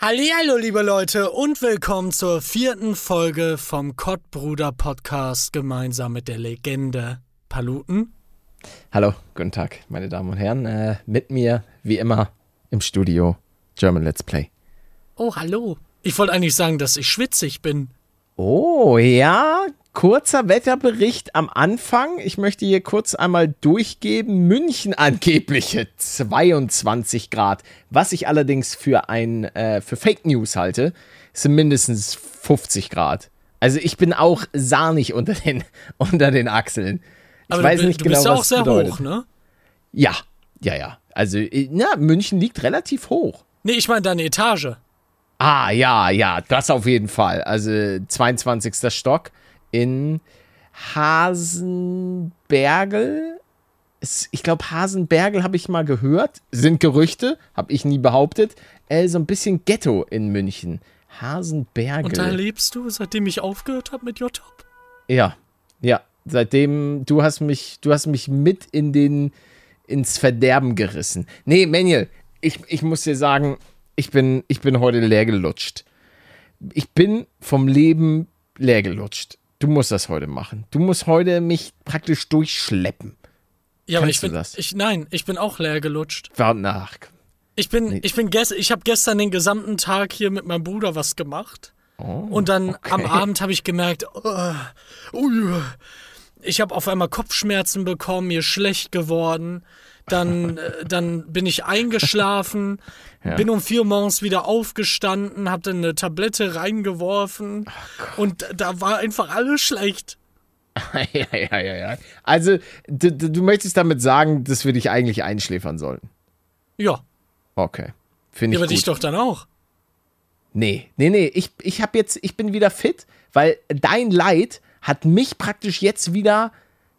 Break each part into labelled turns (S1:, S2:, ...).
S1: Hallihallo, liebe Leute, und willkommen zur vierten Folge vom Kottbruder Podcast gemeinsam mit der Legende Paluten.
S2: Hallo, guten Tag, meine Damen und Herren. Äh, mit mir, wie immer, im Studio German Let's Play.
S1: Oh, hallo. Ich wollte eigentlich sagen, dass ich schwitzig bin.
S2: Oh, ja, kurzer Wetterbericht am Anfang. Ich möchte hier kurz einmal durchgeben. München angebliche 22 Grad. Was ich allerdings für ein äh, für Fake News halte, sind mindestens 50 Grad. Also ich bin auch sahnig unter den, unter den Achseln. Ich
S1: Aber
S2: weiß
S1: du, bi-
S2: nicht
S1: du
S2: genau,
S1: bist ja
S2: was
S1: auch sehr
S2: es bedeutet.
S1: hoch, ne?
S2: Ja, ja, ja. Also, äh, na, München liegt relativ hoch.
S1: Nee, ich meine deine Etage.
S2: Ah, ja, ja, das auf jeden Fall. Also 22. Stock in Hasenbergel. Es- Ich glaube, Hasenbergel habe ich mal gehört. Sind Gerüchte, habe ich nie behauptet. Äh, so ein bisschen Ghetto in München.
S1: Und da
S2: Hasenbergel.
S1: lebst du, seitdem ich aufgehört habe mit J-Top?
S2: Ja, ja. Seitdem, du hast mich, du hast mich mit in den, ins Verderben gerissen. Nee, Manuel, ich, ich muss dir sagen, ich bin, ich bin heute leer gelutscht. Ich bin vom Leben leer gelutscht. Du musst das heute machen. Du musst heute mich praktisch durchschleppen.
S1: Ja, aber
S2: Kannst
S1: ich bin,
S2: du das?
S1: ich nein, ich bin auch leer gelutscht.
S2: Warte nach.
S1: Ich bin, ich bin gest, ich habe gestern den gesamten Tag hier mit meinem Bruder was gemacht.
S2: Oh.
S1: und dann am Abend habe ich gemerkt, oh, ui, ich habe auf einmal Kopfschmerzen bekommen, mir schlecht geworden. Dann, äh, dann bin ich eingeschlafen, bin um vier Uhr morgens wieder aufgestanden, habe dann eine Tablette reingeworfen und da war einfach alles schlecht.
S2: ja, ja, ja, ja. Also, du, du du möchtest damit sagen, dass wir dich eigentlich einschläfern sollten.
S1: Ja,
S2: Okay. Finde ich
S1: aber
S2: gut.
S1: dich doch dann auch.
S2: Nee, nee, nee, ich, ich hab jetzt, ich bin wieder fit, weil dein Leid hat mich praktisch jetzt wieder,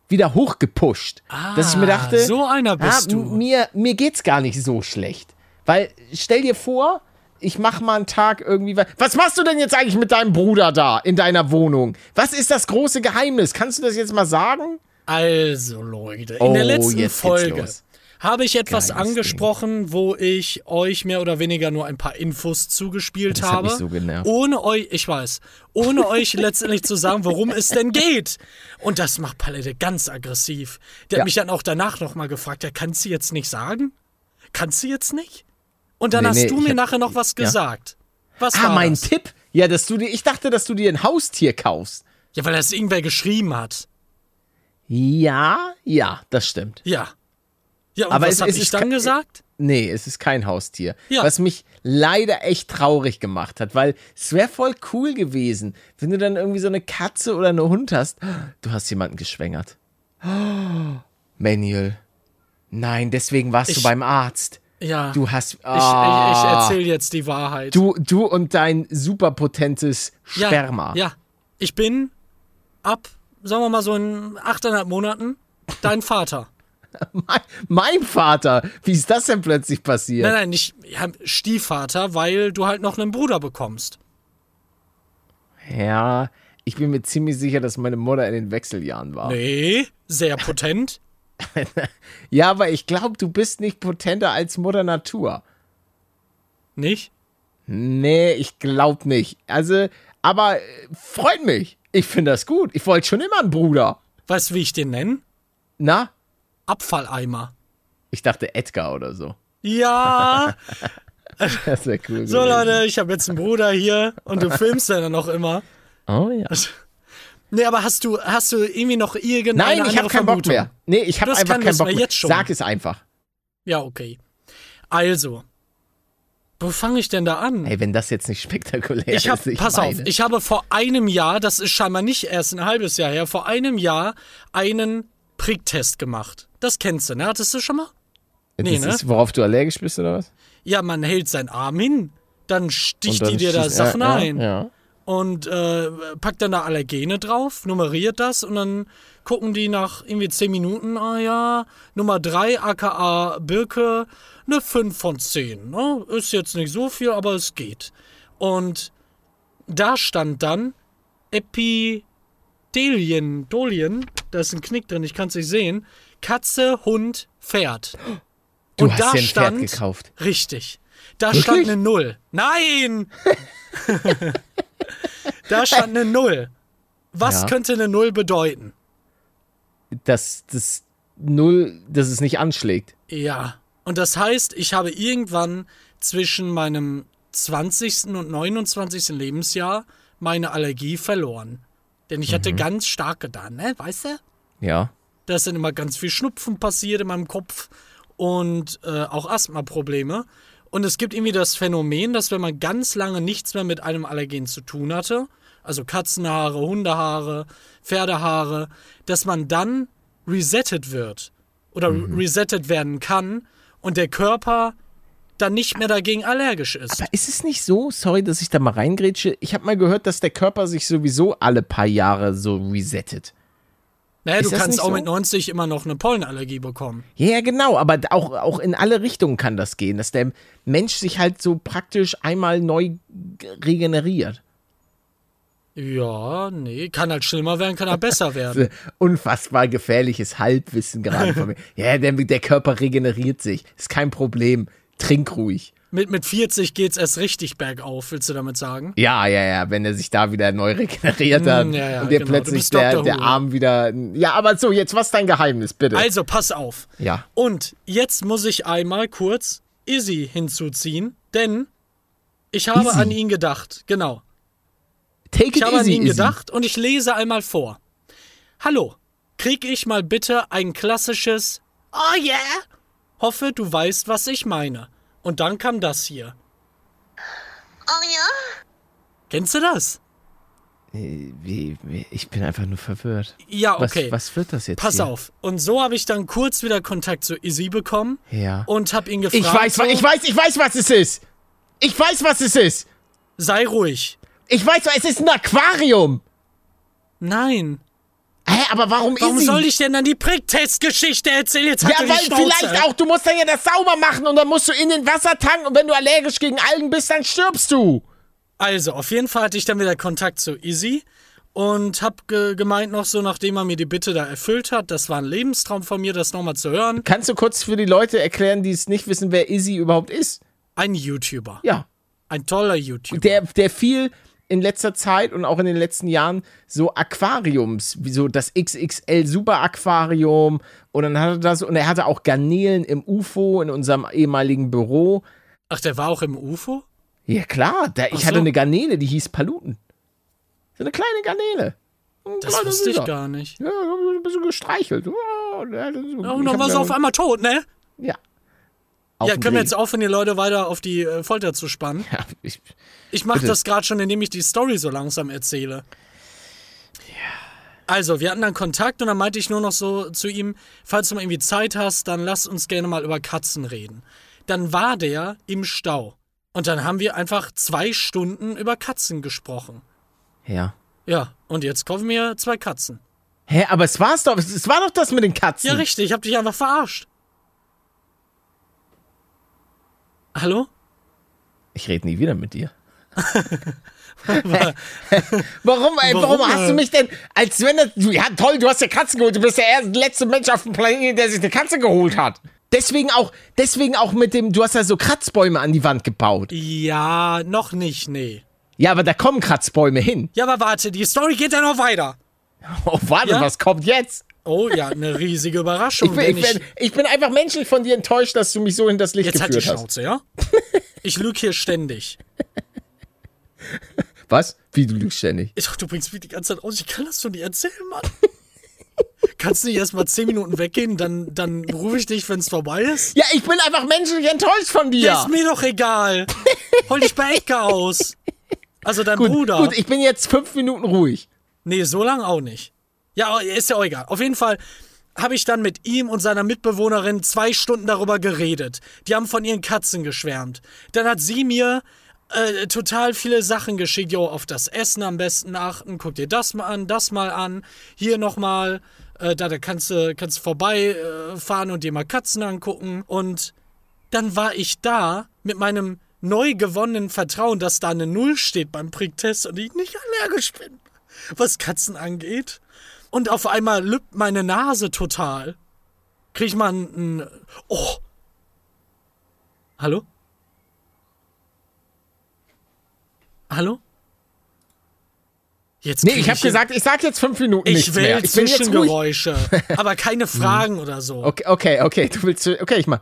S2: wieder hochgepusht. dass ich mir
S1: Ah,
S2: dachte,
S1: so einer bist
S2: ah,
S1: du.
S2: m- Mir, mir geht's gar nicht so schlecht. Weil, stell dir vor, ich mach mal einen Tag irgendwie. we- Was machst du denn jetzt eigentlich mit deinem Bruder da in deiner Wohnung? Was ist das große Geheimnis? Kannst du das jetzt mal sagen?
S1: Also Leute, in
S2: Oh,
S1: der letzten
S2: jetzt geht's
S1: Folge
S2: los.
S1: habe ich etwas
S2: Geiles
S1: angesprochen, wo ich euch mehr oder weniger nur ein paar Infos zugespielt
S2: Das hat
S1: habe.
S2: mich so genervt.
S1: Ohne euch, ich weiß, ohne euch letztendlich zu sagen, worum es denn geht. Und das macht Palette ganz aggressiv. Der
S2: Ja.
S1: hat mich dann auch danach nochmal gefragt, ja, kannst du jetzt nicht sagen? Kannst du jetzt nicht? Und dann
S2: Nee,
S1: hast
S2: nee,
S1: du
S2: ich
S1: mir
S2: hab-
S1: nachher noch was
S2: ja.
S1: gesagt. Was
S2: Ah,
S1: war
S2: mein
S1: das?
S2: Tipp? Ja, dass du dir, ich dachte, dass du dir ein Haustier kaufst.
S1: Ja, weil das irgendwer geschrieben hat.
S2: Ja, ja, das stimmt.
S1: Ja. Ja, und
S2: Aber
S1: was
S2: es-
S1: habe
S2: es
S1: ich
S2: ist
S1: dann
S2: ke-
S1: gesagt?
S2: Nee, es ist kein Haustier.
S1: Ja.
S2: Was mich leider echt traurig gemacht hat, weil es wäre voll cool gewesen, wenn du dann irgendwie so eine Katze oder einen Hund hast. Du hast jemanden geschwängert. Oh, Manuel. Nein, deswegen warst du
S1: Ich-
S2: beim Arzt.
S1: Ja.
S2: Du hast.
S1: Ich, ich, ich
S2: Ah.
S1: erzähle jetzt die Wahrheit.
S2: Du, du und dein superpotentes
S1: ja,
S2: Sperma.
S1: Ja. Ich bin ab, sagen wir mal so in achteinhalb Monaten, dein Vater.
S2: Mein, mein Vater. Wie ist das denn plötzlich passiert?
S1: Nein, nein, nicht ja, Stiefvater, weil du halt noch einen Bruder bekommst.
S2: Ja, ich bin mir ziemlich sicher, dass meine Mutter in den Wechseljahren war.
S1: Nee, sehr potent.
S2: Ja, aber ich glaube, du bist nicht potenter als Mutter Natur.
S1: nicht?
S2: Nee, ich glaube nicht. Also, aber äh, freut mich. Ich finde das gut. Ich wollte schon immer einen Bruder.
S1: Weißt du, wie ich den nenne?
S2: Na?
S1: Abfalleimer.
S2: Ich dachte Edgar oder so.
S1: Ja,
S2: Das wäre cool.
S1: so
S2: gewesen.
S1: Leute, ich habe jetzt einen Bruder hier und du filmst den dann noch immer.
S2: Oh ja.
S1: Nee, aber hast du, hast du irgendwie noch irgendeine
S2: Nein, ich habe
S1: andere
S2: keinen Bock
S1: Vermutung?
S2: mehr. Nee, ich habe
S1: Das
S2: einfach
S1: kann
S2: keinen
S1: das
S2: Bock
S1: mal
S2: mehr.
S1: jetzt schon.
S2: Sag es einfach.
S1: Ja, okay. Also, wo fange ich denn da an?
S2: Ey, wenn das jetzt nicht spektakulär
S1: Ich hab,
S2: ist. Ich
S1: pass
S2: meine.
S1: auf, ich habe vor einem Jahr, das ist scheinbar nicht erst ein halbes Jahr her, vor einem Jahr einen Pricktest gemacht. Das kennst du, ne? Hattest du schon mal?
S2: das
S1: nee, ne?
S2: ist, worauf du allergisch bist oder was?
S1: Ja, man hält seinen Arm hin, dann sticht die dir da
S2: schießt-
S1: Sachen
S2: ja,
S1: ein
S2: Ja, ja.
S1: und äh, packt dann da Allergene drauf, nummeriert das und dann gucken die nach irgendwie 10 Minuten, ah ja, Nummer 3 aka Birke, eine 5 von 10. Ne? Ist jetzt nicht so viel, aber es geht. Und da stand dann Epidelien, Dolien, da ist ein Knick drin, ich kann es nicht sehen, Katze, Hund, Pferd.
S2: Du
S1: und
S2: hast
S1: da
S2: dir ein Pferd
S1: stand,
S2: gekauft.
S1: Richtig. Da
S2: Wirklich?
S1: stand eine Null. Nein! da stand eine Null. Was
S2: Ja.
S1: könnte eine Null bedeuten?
S2: dass das null, dass es nicht anschlägt.
S1: Ja. Und das heißt, ich habe irgendwann zwischen meinem 20. und 29. Lebensjahr meine Allergie verloren. Denn ich
S2: Mhm.
S1: hatte ganz stark getan, ne? Weißt du?
S2: Ja.
S1: Da ist dann immer ganz viel Schnupfen passiert in meinem Kopf und äh, auch Asthma-Probleme. Und es gibt irgendwie das Phänomen, dass wenn man ganz lange nichts mehr mit einem Allergen zu tun hatte, also Katzenhaare, Hundehaare, Pferdehaare, dass man dann resettet wird oder
S2: Mhm.
S1: resettet werden kann und der Körper dann nicht mehr dagegen allergisch ist.
S2: Aber ist es nicht so, sorry, dass ich da mal reingrätsche, ich habe mal gehört, dass der Körper sich sowieso alle paar Jahre so resettet.
S1: naja, du
S2: ist das
S1: kannst
S2: nicht
S1: auch
S2: so?
S1: mit 90 immer noch eine Pollenallergie bekommen.
S2: Ja, ja, genau, aber auch, auch in alle Richtungen kann das gehen, dass der Mensch sich halt so praktisch einmal neu g- regeneriert.
S1: Ja, nee, kann halt schlimmer werden, kann halt besser werden.
S2: Äh, Unfassbar gefährliches Halbwissen gerade von mir. Ja, der, der Körper regeneriert sich, ist kein Problem, trink ruhig.
S1: Mit, mit 40 geht's erst richtig bergauf, willst du damit sagen?
S2: Ja, ja, ja, wenn er sich da wieder neu regeneriert hat
S1: Mm, ja, ja,
S2: und dir
S1: genau, du
S2: plötzlich
S1: bist
S2: der,
S1: Dr.
S2: der
S1: Who.
S2: Arm wieder. Ja, aber so, jetzt was ist dein Geheimnis, bitte?
S1: Also, pass auf.
S2: ja.
S1: Und jetzt muss ich einmal kurz Izzy hinzuziehen, denn ich habe
S2: Izzy?
S1: an ihn gedacht. Genau.
S2: Take it
S1: Ich habe
S2: easy,
S1: an ihn
S2: easy.
S1: gedacht und ich lese einmal vor. Hallo, krieg ich mal bitte ein klassisches Oh yeah? Hoffe, du weißt, was ich meine. Und dann kam das hier.
S3: Oh ja?
S1: Kennst du das?
S2: Äh, wie- wie- Ich bin einfach nur verwirrt.
S1: Ja,
S2: Was,
S1: okay.
S2: was wird das jetzt?
S1: Pass
S2: hier?
S1: auf. Und so habe ich dann kurz wieder Kontakt zu Izzy bekommen
S2: Ja.
S1: und habe ihn gefragt.
S2: Ich weiß,
S1: so,
S2: wa- ich weiß, ich weiß, was es ist. Ich weiß, was es ist.
S1: Sei ruhig.
S2: Ich weiß, wa- es ist ein Aquarium.
S1: Nein.
S2: Hä, aber warum,
S1: Warum
S2: easy?
S1: soll ich denn dann die Pricktest-Geschichte erzählen? Jetzt hat
S2: Ja,
S1: er die
S2: weil
S1: Schnauze.
S2: vielleicht auch, du musst dann ja das sauber machen und dann musst du in den Wassertank und wenn du allergisch gegen Algen bist, dann stirbst du.
S1: Also, auf jeden Fall hatte ich dann wieder Kontakt zu Izzy und hab ge gemeint noch so, nachdem er mir die Bitte da erfüllt hat, das war ein Lebenstraum von mir, das nochmal zu hören,
S2: Kannst du kurz für die Leute erklären, die es nicht wissen, wer Izzy überhaupt ist?
S1: ein YouTuber.
S2: Ja.
S1: Ein toller YouTuber.
S2: Der, der viel in letzter Zeit und auch in den letzten Jahren so Aquariums, wie so das XXL Super Aquarium und dann hatte das und er hatte auch Garnelen im UFO in unserem ehemaligen Büro.
S1: Ach, der war auch im UFO?
S2: Ja klar, da, ich
S1: so.
S2: hatte eine Garnele, die hieß Paluten. So eine kleine Garnele. Ein
S1: Das
S2: kleiner
S1: wusste ich
S2: Süßer.
S1: gar nicht.
S2: Ja, ich hab ihn ein bisschen gestreichelt. Ja, und er hatte so-
S1: Ja, und
S2: ich
S1: dann
S2: hab
S1: war
S2: mir-
S1: sie auf einmal tot, ne?
S2: Ja.
S1: Ja,
S2: Auf den
S1: können wir
S2: Dreh.
S1: jetzt aufhören, die Leute weiter auf die äh, Folter zu spannen?
S2: Ja, ich,
S1: Ich mache
S2: Bitte.
S1: das gerade schon, indem ich die Story so langsam erzähle. Also, wir hatten dann Kontakt und dann meinte ich nur noch so zu ihm, falls du mal irgendwie Zeit hast, dann lass uns gerne mal über Katzen reden. Dann war der im Stau. Und dann haben wir einfach zwei Stunden über Katzen gesprochen.
S2: ja.
S1: Ja, und jetzt kaufen wir zwei Katzen.
S2: Hä, aber es war's doch. Es war doch das mit den Katzen.
S1: Ja, richtig, ich hab dich einfach verarscht. Hallo?
S2: Ich rede nie wieder mit dir. warum, ey, warum,
S1: Warum,
S2: hast du
S1: äh?
S2: mich denn, als wenn das, du, ja toll, du hast ja Katzen geholt, du bist der erste, letzte Mensch auf dem Planeten, der sich eine Katze geholt hat. Deswegen auch, deswegen auch mit dem, du hast ja so Kratzbäume an die Wand gebaut.
S1: Ja, noch nicht, nee.
S2: Ja, aber da kommen Kratzbäume hin.
S1: Ja, aber warte, die Story geht ja noch weiter.
S2: Oh, warte,
S1: Ja?
S2: was kommt jetzt?
S1: Oh ja, eine riesige Überraschung.
S2: Ich bin,
S1: wenn
S2: ich, bin, ich bin einfach menschlich von dir enttäuscht, dass du mich so in das Licht
S1: jetzt halt die
S2: geführt hast.
S1: Schnauze, ja? Ich lüge hier ständig.
S2: Was? Wie, du lügst ständig?
S1: Ich dachte, du bringst mich die ganze Zeit aus. Ich kann das doch nicht erzählen, Mann. Kannst du nicht erst mal 10 Minuten weggehen, dann, dann rufe ich dich, wenn es vorbei ist?
S2: Ja, ich bin einfach menschlich enttäuscht von dir.
S1: Ist mir doch egal. Hol dich bei Ecke aus. Also dein
S2: gut,
S1: Bruder.
S2: gut, ich bin jetzt fünf Minuten ruhig.
S1: Nee, so lang auch nicht. Ja, aber ist ja auch egal. Auf jeden Fall habe ich dann mit ihm und seiner Mitbewohnerin zwei Stunden darüber geredet. Die haben von ihren Katzen geschwärmt. Dann hat sie mir äh, total viele Sachen geschickt. Jo, auf das Essen am besten achten. Guck dir das mal an, das mal an. Hier nochmal. Äh, da, da kannst du kannst du vorbeifahren äh, fahren und dir mal Katzen angucken. Und dann war ich da mit meinem neu gewonnenen Vertrauen, dass da eine Null steht beim Pricktest und ich nicht allergisch bin, was Katzen angeht. Und auf einmal lübt meine Nase total. Krieg ich mal ein. ein oh! Hallo? Hallo? Jetzt
S2: Nee,
S1: krieg
S2: ich habe
S1: hier-
S2: gesagt, ich sag jetzt fünf Minuten
S1: ich
S2: nichts
S1: will
S2: mehr. Ich bin jetzt ruhig.
S1: Zwischengeräusche, aber keine Fragen oder so.
S2: Okay, okay, okay, du willst, okay, ich mach.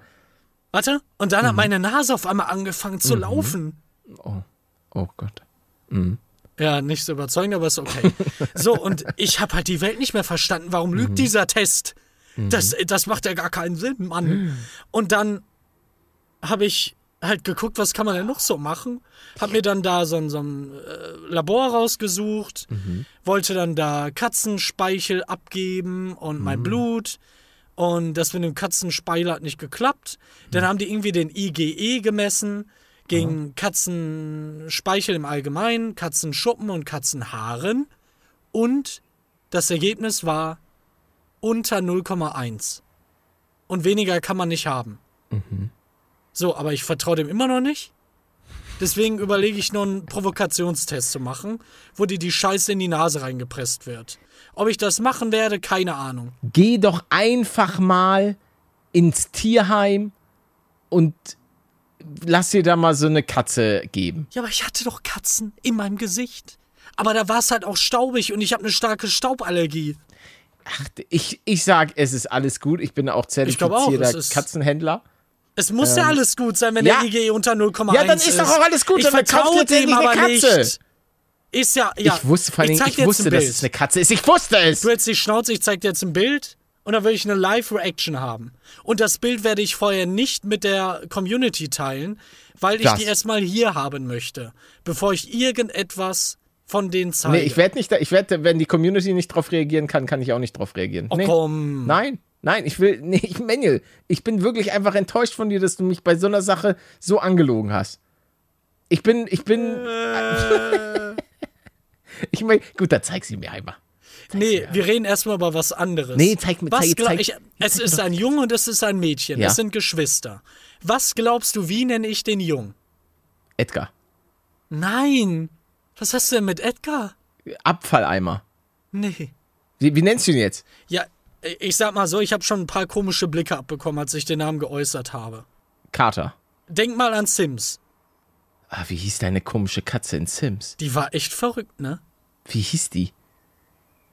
S1: Warte, und dann
S2: Mhm.
S1: hat meine Nase auf einmal angefangen zu laufen.
S2: Oh Gott.
S1: Ja, nicht so überzeugend, aber ist okay. so, und ich habe halt die Welt nicht mehr verstanden. Warum lügt dieser Test? Das, das macht ja gar keinen Sinn, Mann. Und dann habe ich halt geguckt, was kann man denn noch so machen? Hab mir dann da so ein, so ein äh, Labor rausgesucht, wollte dann da Katzenspeichel abgeben und mein Blut. Und das mit dem Katzenspeichel hat nicht geklappt. Dann haben die irgendwie den IgE gemessen gegen Katzenspeichel im Allgemeinen, Katzenschuppen und Katzenhaaren. Und das Ergebnis war unter 0,1. Und weniger kann man nicht haben. So, aber ich vertraue dem immer noch nicht. Deswegen überlege ich noch einen Provokationstest zu machen, wo dir die Scheiße in die Nase reingepresst wird. Ob ich das machen werde, keine Ahnung.
S2: Geh doch einfach mal ins Tierheim und lass dir da mal so eine Katze geben.
S1: Ja, aber ich hatte doch Katzen in meinem Gesicht. Aber da war es halt auch staubig und ich habe eine starke Stauballergie.
S2: Ich, ich sag, es ist alles gut. Ich bin auch
S1: glaub auch,
S2: zertifizierter
S1: es ist-
S2: Katzenhändler.
S1: Es muss ja alles gut sein, wenn
S2: Ähm, ja.
S1: der IGE unter 0,1 ist.
S2: Ja, dann ist doch auch alles gut,
S1: Ich
S2: dann verkauft
S1: vertraue
S2: jetzt endlich
S1: dem
S2: eine
S1: aber
S2: Katze.
S1: nicht. Ist ja, ja.
S2: ich wusste vor allen Dingen,
S1: zeig
S2: ich,
S1: dir jetzt
S2: wusste,
S1: ein
S2: dass
S1: Bild.
S2: es eine Katze ist. Ich wusste es!
S1: Du hältst die Schnauze, ich zeig dir jetzt ein Bild und dann will ich eine Live-Reaction haben. Und das Bild werde ich vorher nicht mit der Community teilen, weil ich
S2: Das-
S1: die erstmal hier haben möchte, bevor ich irgendetwas von denen zeige.
S2: nee, ich werde nicht da, ich werde, wenn die Community nicht drauf reagieren kann, kann ich auch nicht drauf reagieren.
S1: oh,
S2: nee.
S1: komm.
S2: Nein, nein, ich will, nee, ich Mängel. Ich bin wirklich einfach enttäuscht von dir, dass du mich bei so einer Sache so angelogen hast. Ich bin, ich bin, ich mein, gut, dann zeig sie mir einmal.
S1: Nee, wir reden erstmal über was anderes.
S2: Nee, zeig mir-
S1: was
S2: zeig-
S1: glaub-
S2: zeig-
S1: ich, Es ist ein Junge und es ist ein Mädchen.
S2: Ja.
S1: Es sind Geschwister. Was glaubst du, wie nenne ich den Jungen?
S2: Edgar,
S1: Nein. Was hast du denn mit Edgar?
S2: Abfalleimer.
S1: Nee.
S2: Wie, wie nennst du ihn jetzt?
S1: Ja, ich sag mal so, ich habe schon ein paar komische Blicke abbekommen, als ich den Namen geäußert habe.
S2: Carter.
S1: Denk mal an Sims.
S2: Ah, wie hieß deine komische Katze in Sims?
S1: Die war echt verrückt, ne?
S2: Wie hieß die?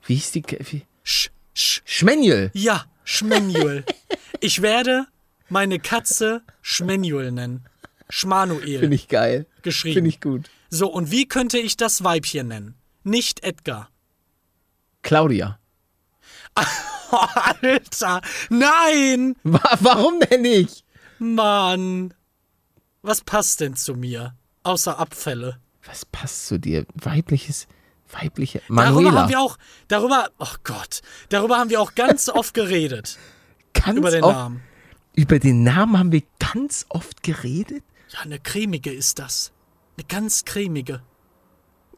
S2: Wie hieß die? Ka- Wie?
S1: Sch, sch.
S2: Schmenjel.
S1: Ja, Schmenuel. ich werde meine Katze Schmenuel nennen.
S2: Finde
S1: Schmanuel
S2: ich geil.
S1: geschrieben.
S2: Finde ich gut.
S1: So, und wie könnte ich das Weibchen nennen? Nicht Edgar.
S2: Claudia.
S1: Oh, Alter, nein,
S2: Wa- Warum denn nicht?
S1: Mann. Was passt denn zu mir? Außer Abfälle.
S2: Was passt zu dir? Weibliches, weibliche.
S1: Darüber
S2: Manuela.
S1: haben wir auch, darüber, oh Gott, darüber haben wir auch ganz oft geredet.
S2: Ganz
S1: Über den
S2: oft,
S1: Namen.
S2: Über den Namen haben wir ganz oft geredet.
S1: Ja, eine cremige ist das. Eine ganz cremige.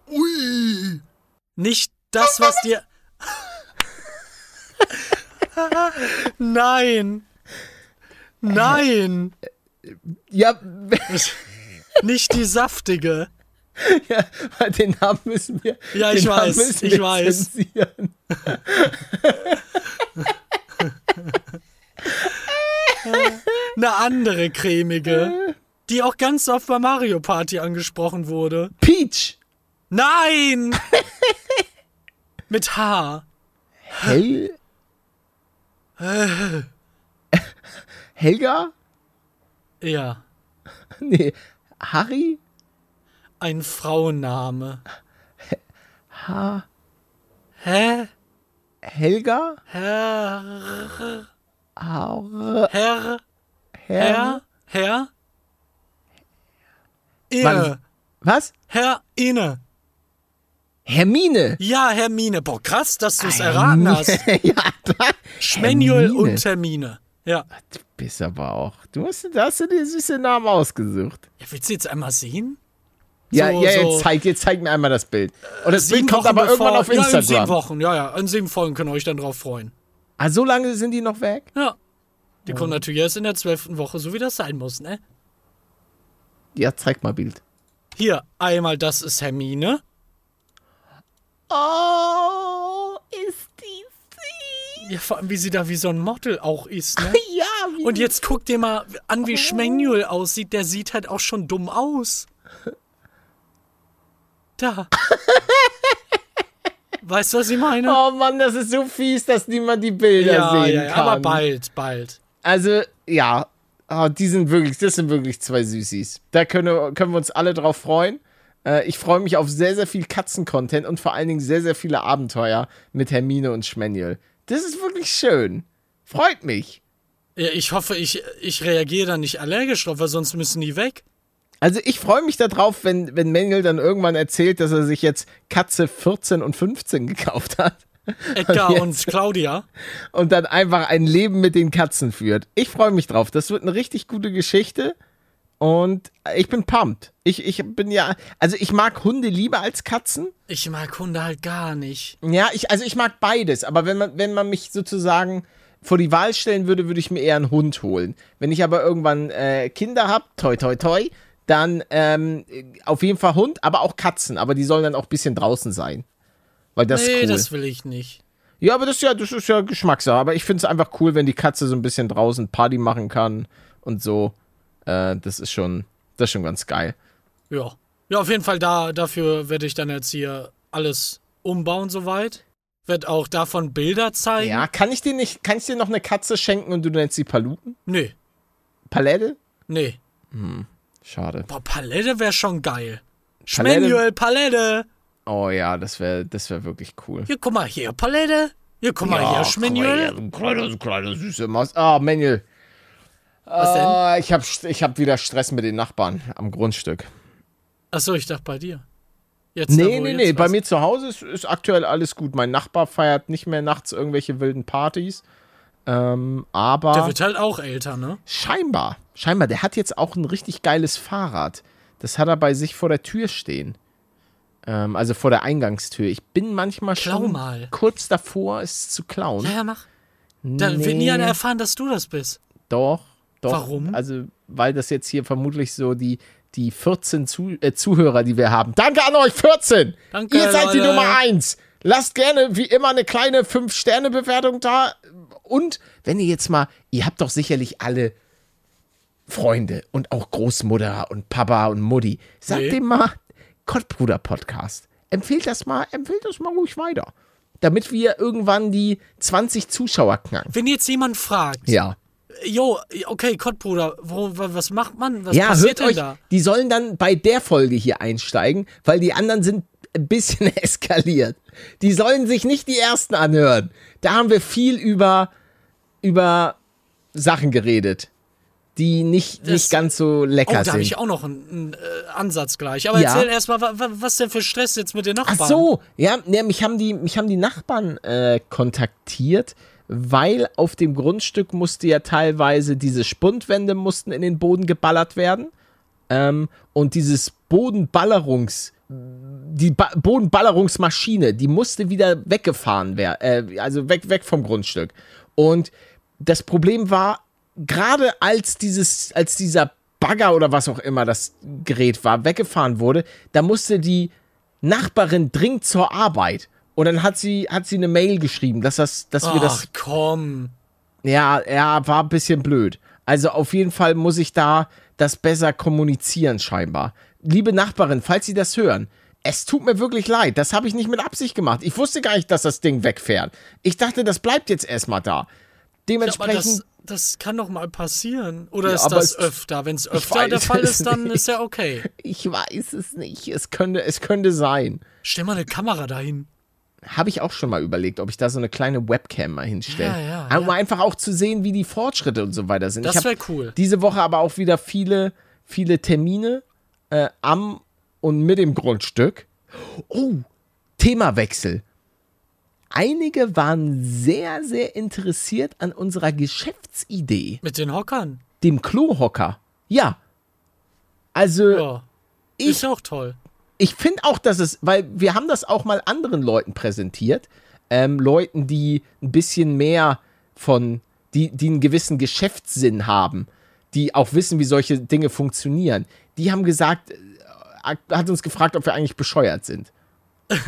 S2: Ui.
S1: Nicht das, was dir.
S2: Äh,
S1: Nein. Nein.
S2: Ja,
S1: Nicht die saftige.
S2: ja, den Namen müssen wir.
S1: Ja, ich
S2: den Namen
S1: weiß,
S2: müssen
S1: ich
S2: wir
S1: weiß.
S2: zensieren.
S1: Eine andere cremige. Die auch ganz oft bei Mario Party angesprochen wurde.
S2: Peach.
S1: Nein! Mit H.
S2: Hel. Helga?
S1: Ja.
S2: Nee. Harry?
S1: Ein Frauenname. H. Hä?
S2: Helga?
S1: Herr.
S2: Aure,
S1: Herr.
S2: Herr?
S1: Herr, Herr, Inne,
S2: Mann. Was?
S1: Herr Inne.
S2: Hermine.
S1: Ja, Hermine. Boah, krass, dass du es erraten hast.
S2: ja, da.
S1: Schmenjul
S2: Hermine.
S1: und Hermine. Ja.
S2: Du bist aber auch. Du hast, da hast du dir süße Namen ausgesucht.
S1: ja. Willst du jetzt einmal sehen?
S2: Ja,
S1: So,
S2: ja,
S1: so.
S2: jetzt zeig, jetzt zeig mir einmal das Bild. Und das
S1: Sieben
S2: Bild kommt
S1: Wochen
S2: aber irgendwann
S1: bevor-
S2: auf
S1: Ja, in sieben
S2: Instagram.
S1: Wochen. Ja, ja. In sieben Folgen könnt ihr euch dann drauf freuen.
S2: ah, so lange sind die noch weg?
S1: Ja. Die kommen natürlich erst in der zwölften Woche, so wie das sein muss, ne?
S2: Ja, zeig mal Bild.
S1: Hier, einmal das ist ne? Hermine.
S2: Oh, ist die sie?
S1: Ja, vor allem, wie sie da wie so ein Model auch ist, ne?
S2: Ja, wie
S1: Und jetzt guck dir mal an, wie Schmenjul aussieht. Der sieht halt auch schon dumm aus. da. weißt du, was ich meine?
S2: Oh Mann, das ist so fies, dass niemand die Bilder
S1: ja,
S2: sehen
S1: ja, ja,
S2: kann.
S1: aber bald, bald.
S2: Also, ja, Ah, die sind wirklich, das sind wirklich zwei Süßis. Da können, können wir uns alle drauf freuen. Äh, ich freue mich auf sehr, sehr viel Katzen-Content und vor allen Dingen sehr, sehr viele Abenteuer mit Hermine und Schmanuel. Das ist wirklich schön. Freut mich.
S1: Ja, ich hoffe, ich, ich reagiere da nicht allergisch drauf, weil sonst müssen die weg.
S2: Also ich freue mich darauf, wenn, wenn Mengel dann irgendwann erzählt, dass er sich jetzt Katze 14 und 15 gekauft hat
S1: Edgar
S2: jetzt-
S1: und Claudia.
S2: und dann einfach ein Leben mit den Katzen führt. Ich freue mich drauf. Das wird eine richtig gute Geschichte. Und ich bin pumped. Ich, ich bin ja, also ich mag Hunde lieber als Katzen.
S1: Ich mag Hunde halt gar nicht.
S2: Ja, ich, also ich mag beides, aber wenn man, wenn man mich sozusagen vor die Wahl stellen würde, würde ich mir eher einen Hund holen. Wenn ich aber irgendwann äh, Kinder habe, toi toi toi, dann ähm, auf jeden Fall Hund, aber auch Katzen, aber die sollen dann auch ein bisschen draußen sein. Weil das
S1: nee,
S2: ist cool.
S1: das will ich nicht.
S2: ja, aber das ist ja, das ist ja Geschmackssache, aber ich finde es einfach cool, wenn die Katze so ein bisschen draußen Party machen kann und so. Äh, das ist schon, das ist schon ganz geil.
S1: Ja. Ja, auf jeden Fall da, dafür werde ich dann jetzt hier alles umbauen soweit. Werd auch davon Bilder zeigen.
S2: Ja, kann ich dir nicht, kann ich dir noch eine Katze schenken und du nennst sie Paluten?
S1: Nee,
S2: Palette?
S1: nee.
S2: Schade.
S1: Boah, Palette wäre schon geil.
S2: Palette-
S1: Manuel, Palette.
S2: Oh ja, das wäre das wär wirklich cool.
S1: Hier, guck mal, hier, Palette. Hier, guck mal, hier, Schmanuel.
S2: Ein kleiner, so kleiner, süße Maus. Ah, Manuel.
S1: Was denn?
S2: Ah, ich habe ich hab wieder Stress mit den Nachbarn am Grundstück.
S1: Achso, ich dachte bei dir. Jetzt,
S2: Nee,
S1: wo
S2: nee,
S1: jetzt
S2: nee. Bei
S1: was-
S2: mir zu Hause ist, ist aktuell alles gut. Mein Nachbar feiert nicht mehr nachts irgendwelche wilden Partys. Ähm,
S1: Der
S2: aber
S1: wird halt auch älter, ne?
S2: scheinbar, scheinbar, der hat jetzt auch ein richtig geiles Fahrrad. Das hat er bei sich vor der Tür stehen. Ähm, also vor der Eingangstür. Ich bin manchmal
S1: Klau
S2: schon
S1: mal.
S2: kurz davor, es zu klauen.
S1: Ja, ja, mach. Dann wird nie einer erfahren, dass du das bist.
S2: Doch, doch.
S1: Warum?
S2: Also, weil das jetzt hier vermutlich so die, die 14 Zu äh, Zuhörer, die wir haben. Danke an euch, 14!
S1: Danke,
S2: Ihr seid die
S1: Leute.
S2: Nummer 1. Lasst gerne wie immer eine kleine 5-Sterne-Bewertung da. Und wenn ihr jetzt mal, ihr habt doch sicherlich alle Freunde und auch Großmutter und Papa und Mutti. Sagt
S1: Nee.
S2: dem mal Kottbruder-Podcast. Empfehlt das mal, empfehlt das mal ruhig weiter. Damit wir irgendwann die 20 Zuschauer knacken.
S1: Wenn jetzt jemand fragt,
S2: Ja.
S1: jo, okay, Kottbruder, wo, wa- was macht man? Was
S2: ja,
S1: passiert
S2: hört
S1: denn
S2: euch,
S1: da?
S2: die sollen dann bei der Folge hier einsteigen, weil die anderen sind ein bisschen eskaliert. Die sollen sich nicht die ersten anhören. Da haben wir viel über, über Sachen geredet, die nicht, nicht ganz so
S1: Oh,
S2: lecker
S1: da habe
S2: sind.
S1: ich auch noch einen, einen äh, Ansatz gleich. Aber
S2: Ja.
S1: erzähl erstmal, wa, wa, was denn für Stress jetzt mit den Nachbarn?
S2: Ach so, ja, ne, mich haben die, mich haben die Nachbarn äh, kontaktiert, weil auf dem Grundstück musste ja teilweise diese Spundwände mussten in den Boden geballert werden. Ähm, und dieses Bodenballerungs, die ba Bodenballerungsmaschine, die musste wieder weggefahren werden, äh, also weg, weg vom Grundstück. Und das Problem war, gerade als dieses, als dieser Bagger oder was auch immer das Gerät war, weggefahren wurde, da musste die Nachbarin dringend zur Arbeit. Und dann hat sie, hat sie eine Mail geschrieben, dass das, dass wir das
S1: Ach komm.
S2: ja, ja, war ein bisschen blöd. Also auf jeden Fall muss ich da das besser kommunizieren scheinbar. Liebe Nachbarin, falls Sie das hören, es tut mir wirklich leid, das habe ich nicht mit Absicht gemacht. Ich wusste gar nicht, dass das Ding wegfährt. Ich dachte, das bleibt jetzt erstmal da.
S1: Ja, aber
S2: Dementsprechend,
S1: das, das kann doch mal passieren. Oder
S2: Ja,
S1: ist
S2: aber
S1: das
S2: es-
S1: öfter? Wenn es
S2: weiß
S1: öfter der Fall
S2: es
S1: ist, dann
S2: nicht.
S1: ist ja okay.
S2: ich weiß es nicht. Es könnte, es könnte sein.
S1: Stell mal eine Kamera dahin.
S2: Habe ich auch schon mal überlegt, ob ich da so eine kleine Webcam mal hinstelle.
S1: Ja, ja,
S2: um einfach auch zu sehen, wie die Fortschritte und so weiter sind.
S1: Das
S2: Ich hab
S1: wär cool.
S2: Diese Woche aber auch wieder viele, viele Termine äh, am und mit dem Grundstück. Oh, Themawechsel. Einige waren sehr, sehr interessiert an unserer Geschäftsidee,
S1: Mit den Hockern.
S2: dem Klohocker. Ja. Also,
S1: Ja. ist auch toll.
S2: ich finde auch, dass es, weil wir haben das auch mal anderen Leuten präsentiert, ähm, Leuten, die ein bisschen mehr von, die, die einen gewissen Geschäftssinn haben, die auch wissen, wie solche Dinge funktionieren. Die haben gesagt, äh, hat uns gefragt, ob wir eigentlich bescheuert sind.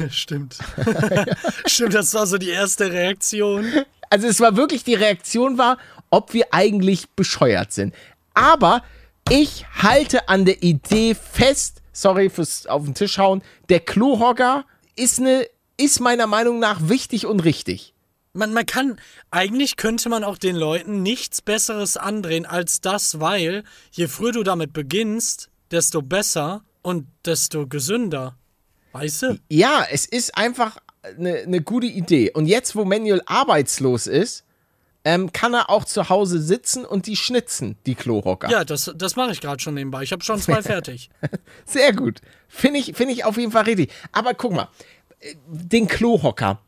S1: Stimmt. Stimmt, das war so die erste Reaktion.
S2: Also es war wirklich die Reaktion war, ob wir eigentlich bescheuert sind. Aber ich halte an der Idee fest, sorry fürs auf den Tisch hauen, der Klohogger ist, ne, ist meiner Meinung nach wichtig und richtig.
S1: Man, man kann, eigentlich könnte man auch den Leuten nichts Besseres andrehen als das, weil je früher du damit beginnst, desto besser und desto gesünder. Weißt du?
S2: Ja, es ist einfach eine ne gute Idee. Und jetzt, wo Manuel arbeitslos ist, ähm, kann er auch zu Hause sitzen und die schnitzen, die Klorocker.
S1: Ja, das, das mache ich gerade schon nebenbei. Ich habe schon zwei fertig.
S2: Ne? Sehr gut. Finde ich, find ich auf jeden Fall richtig. Aber guck mal, äh, den Klohocker,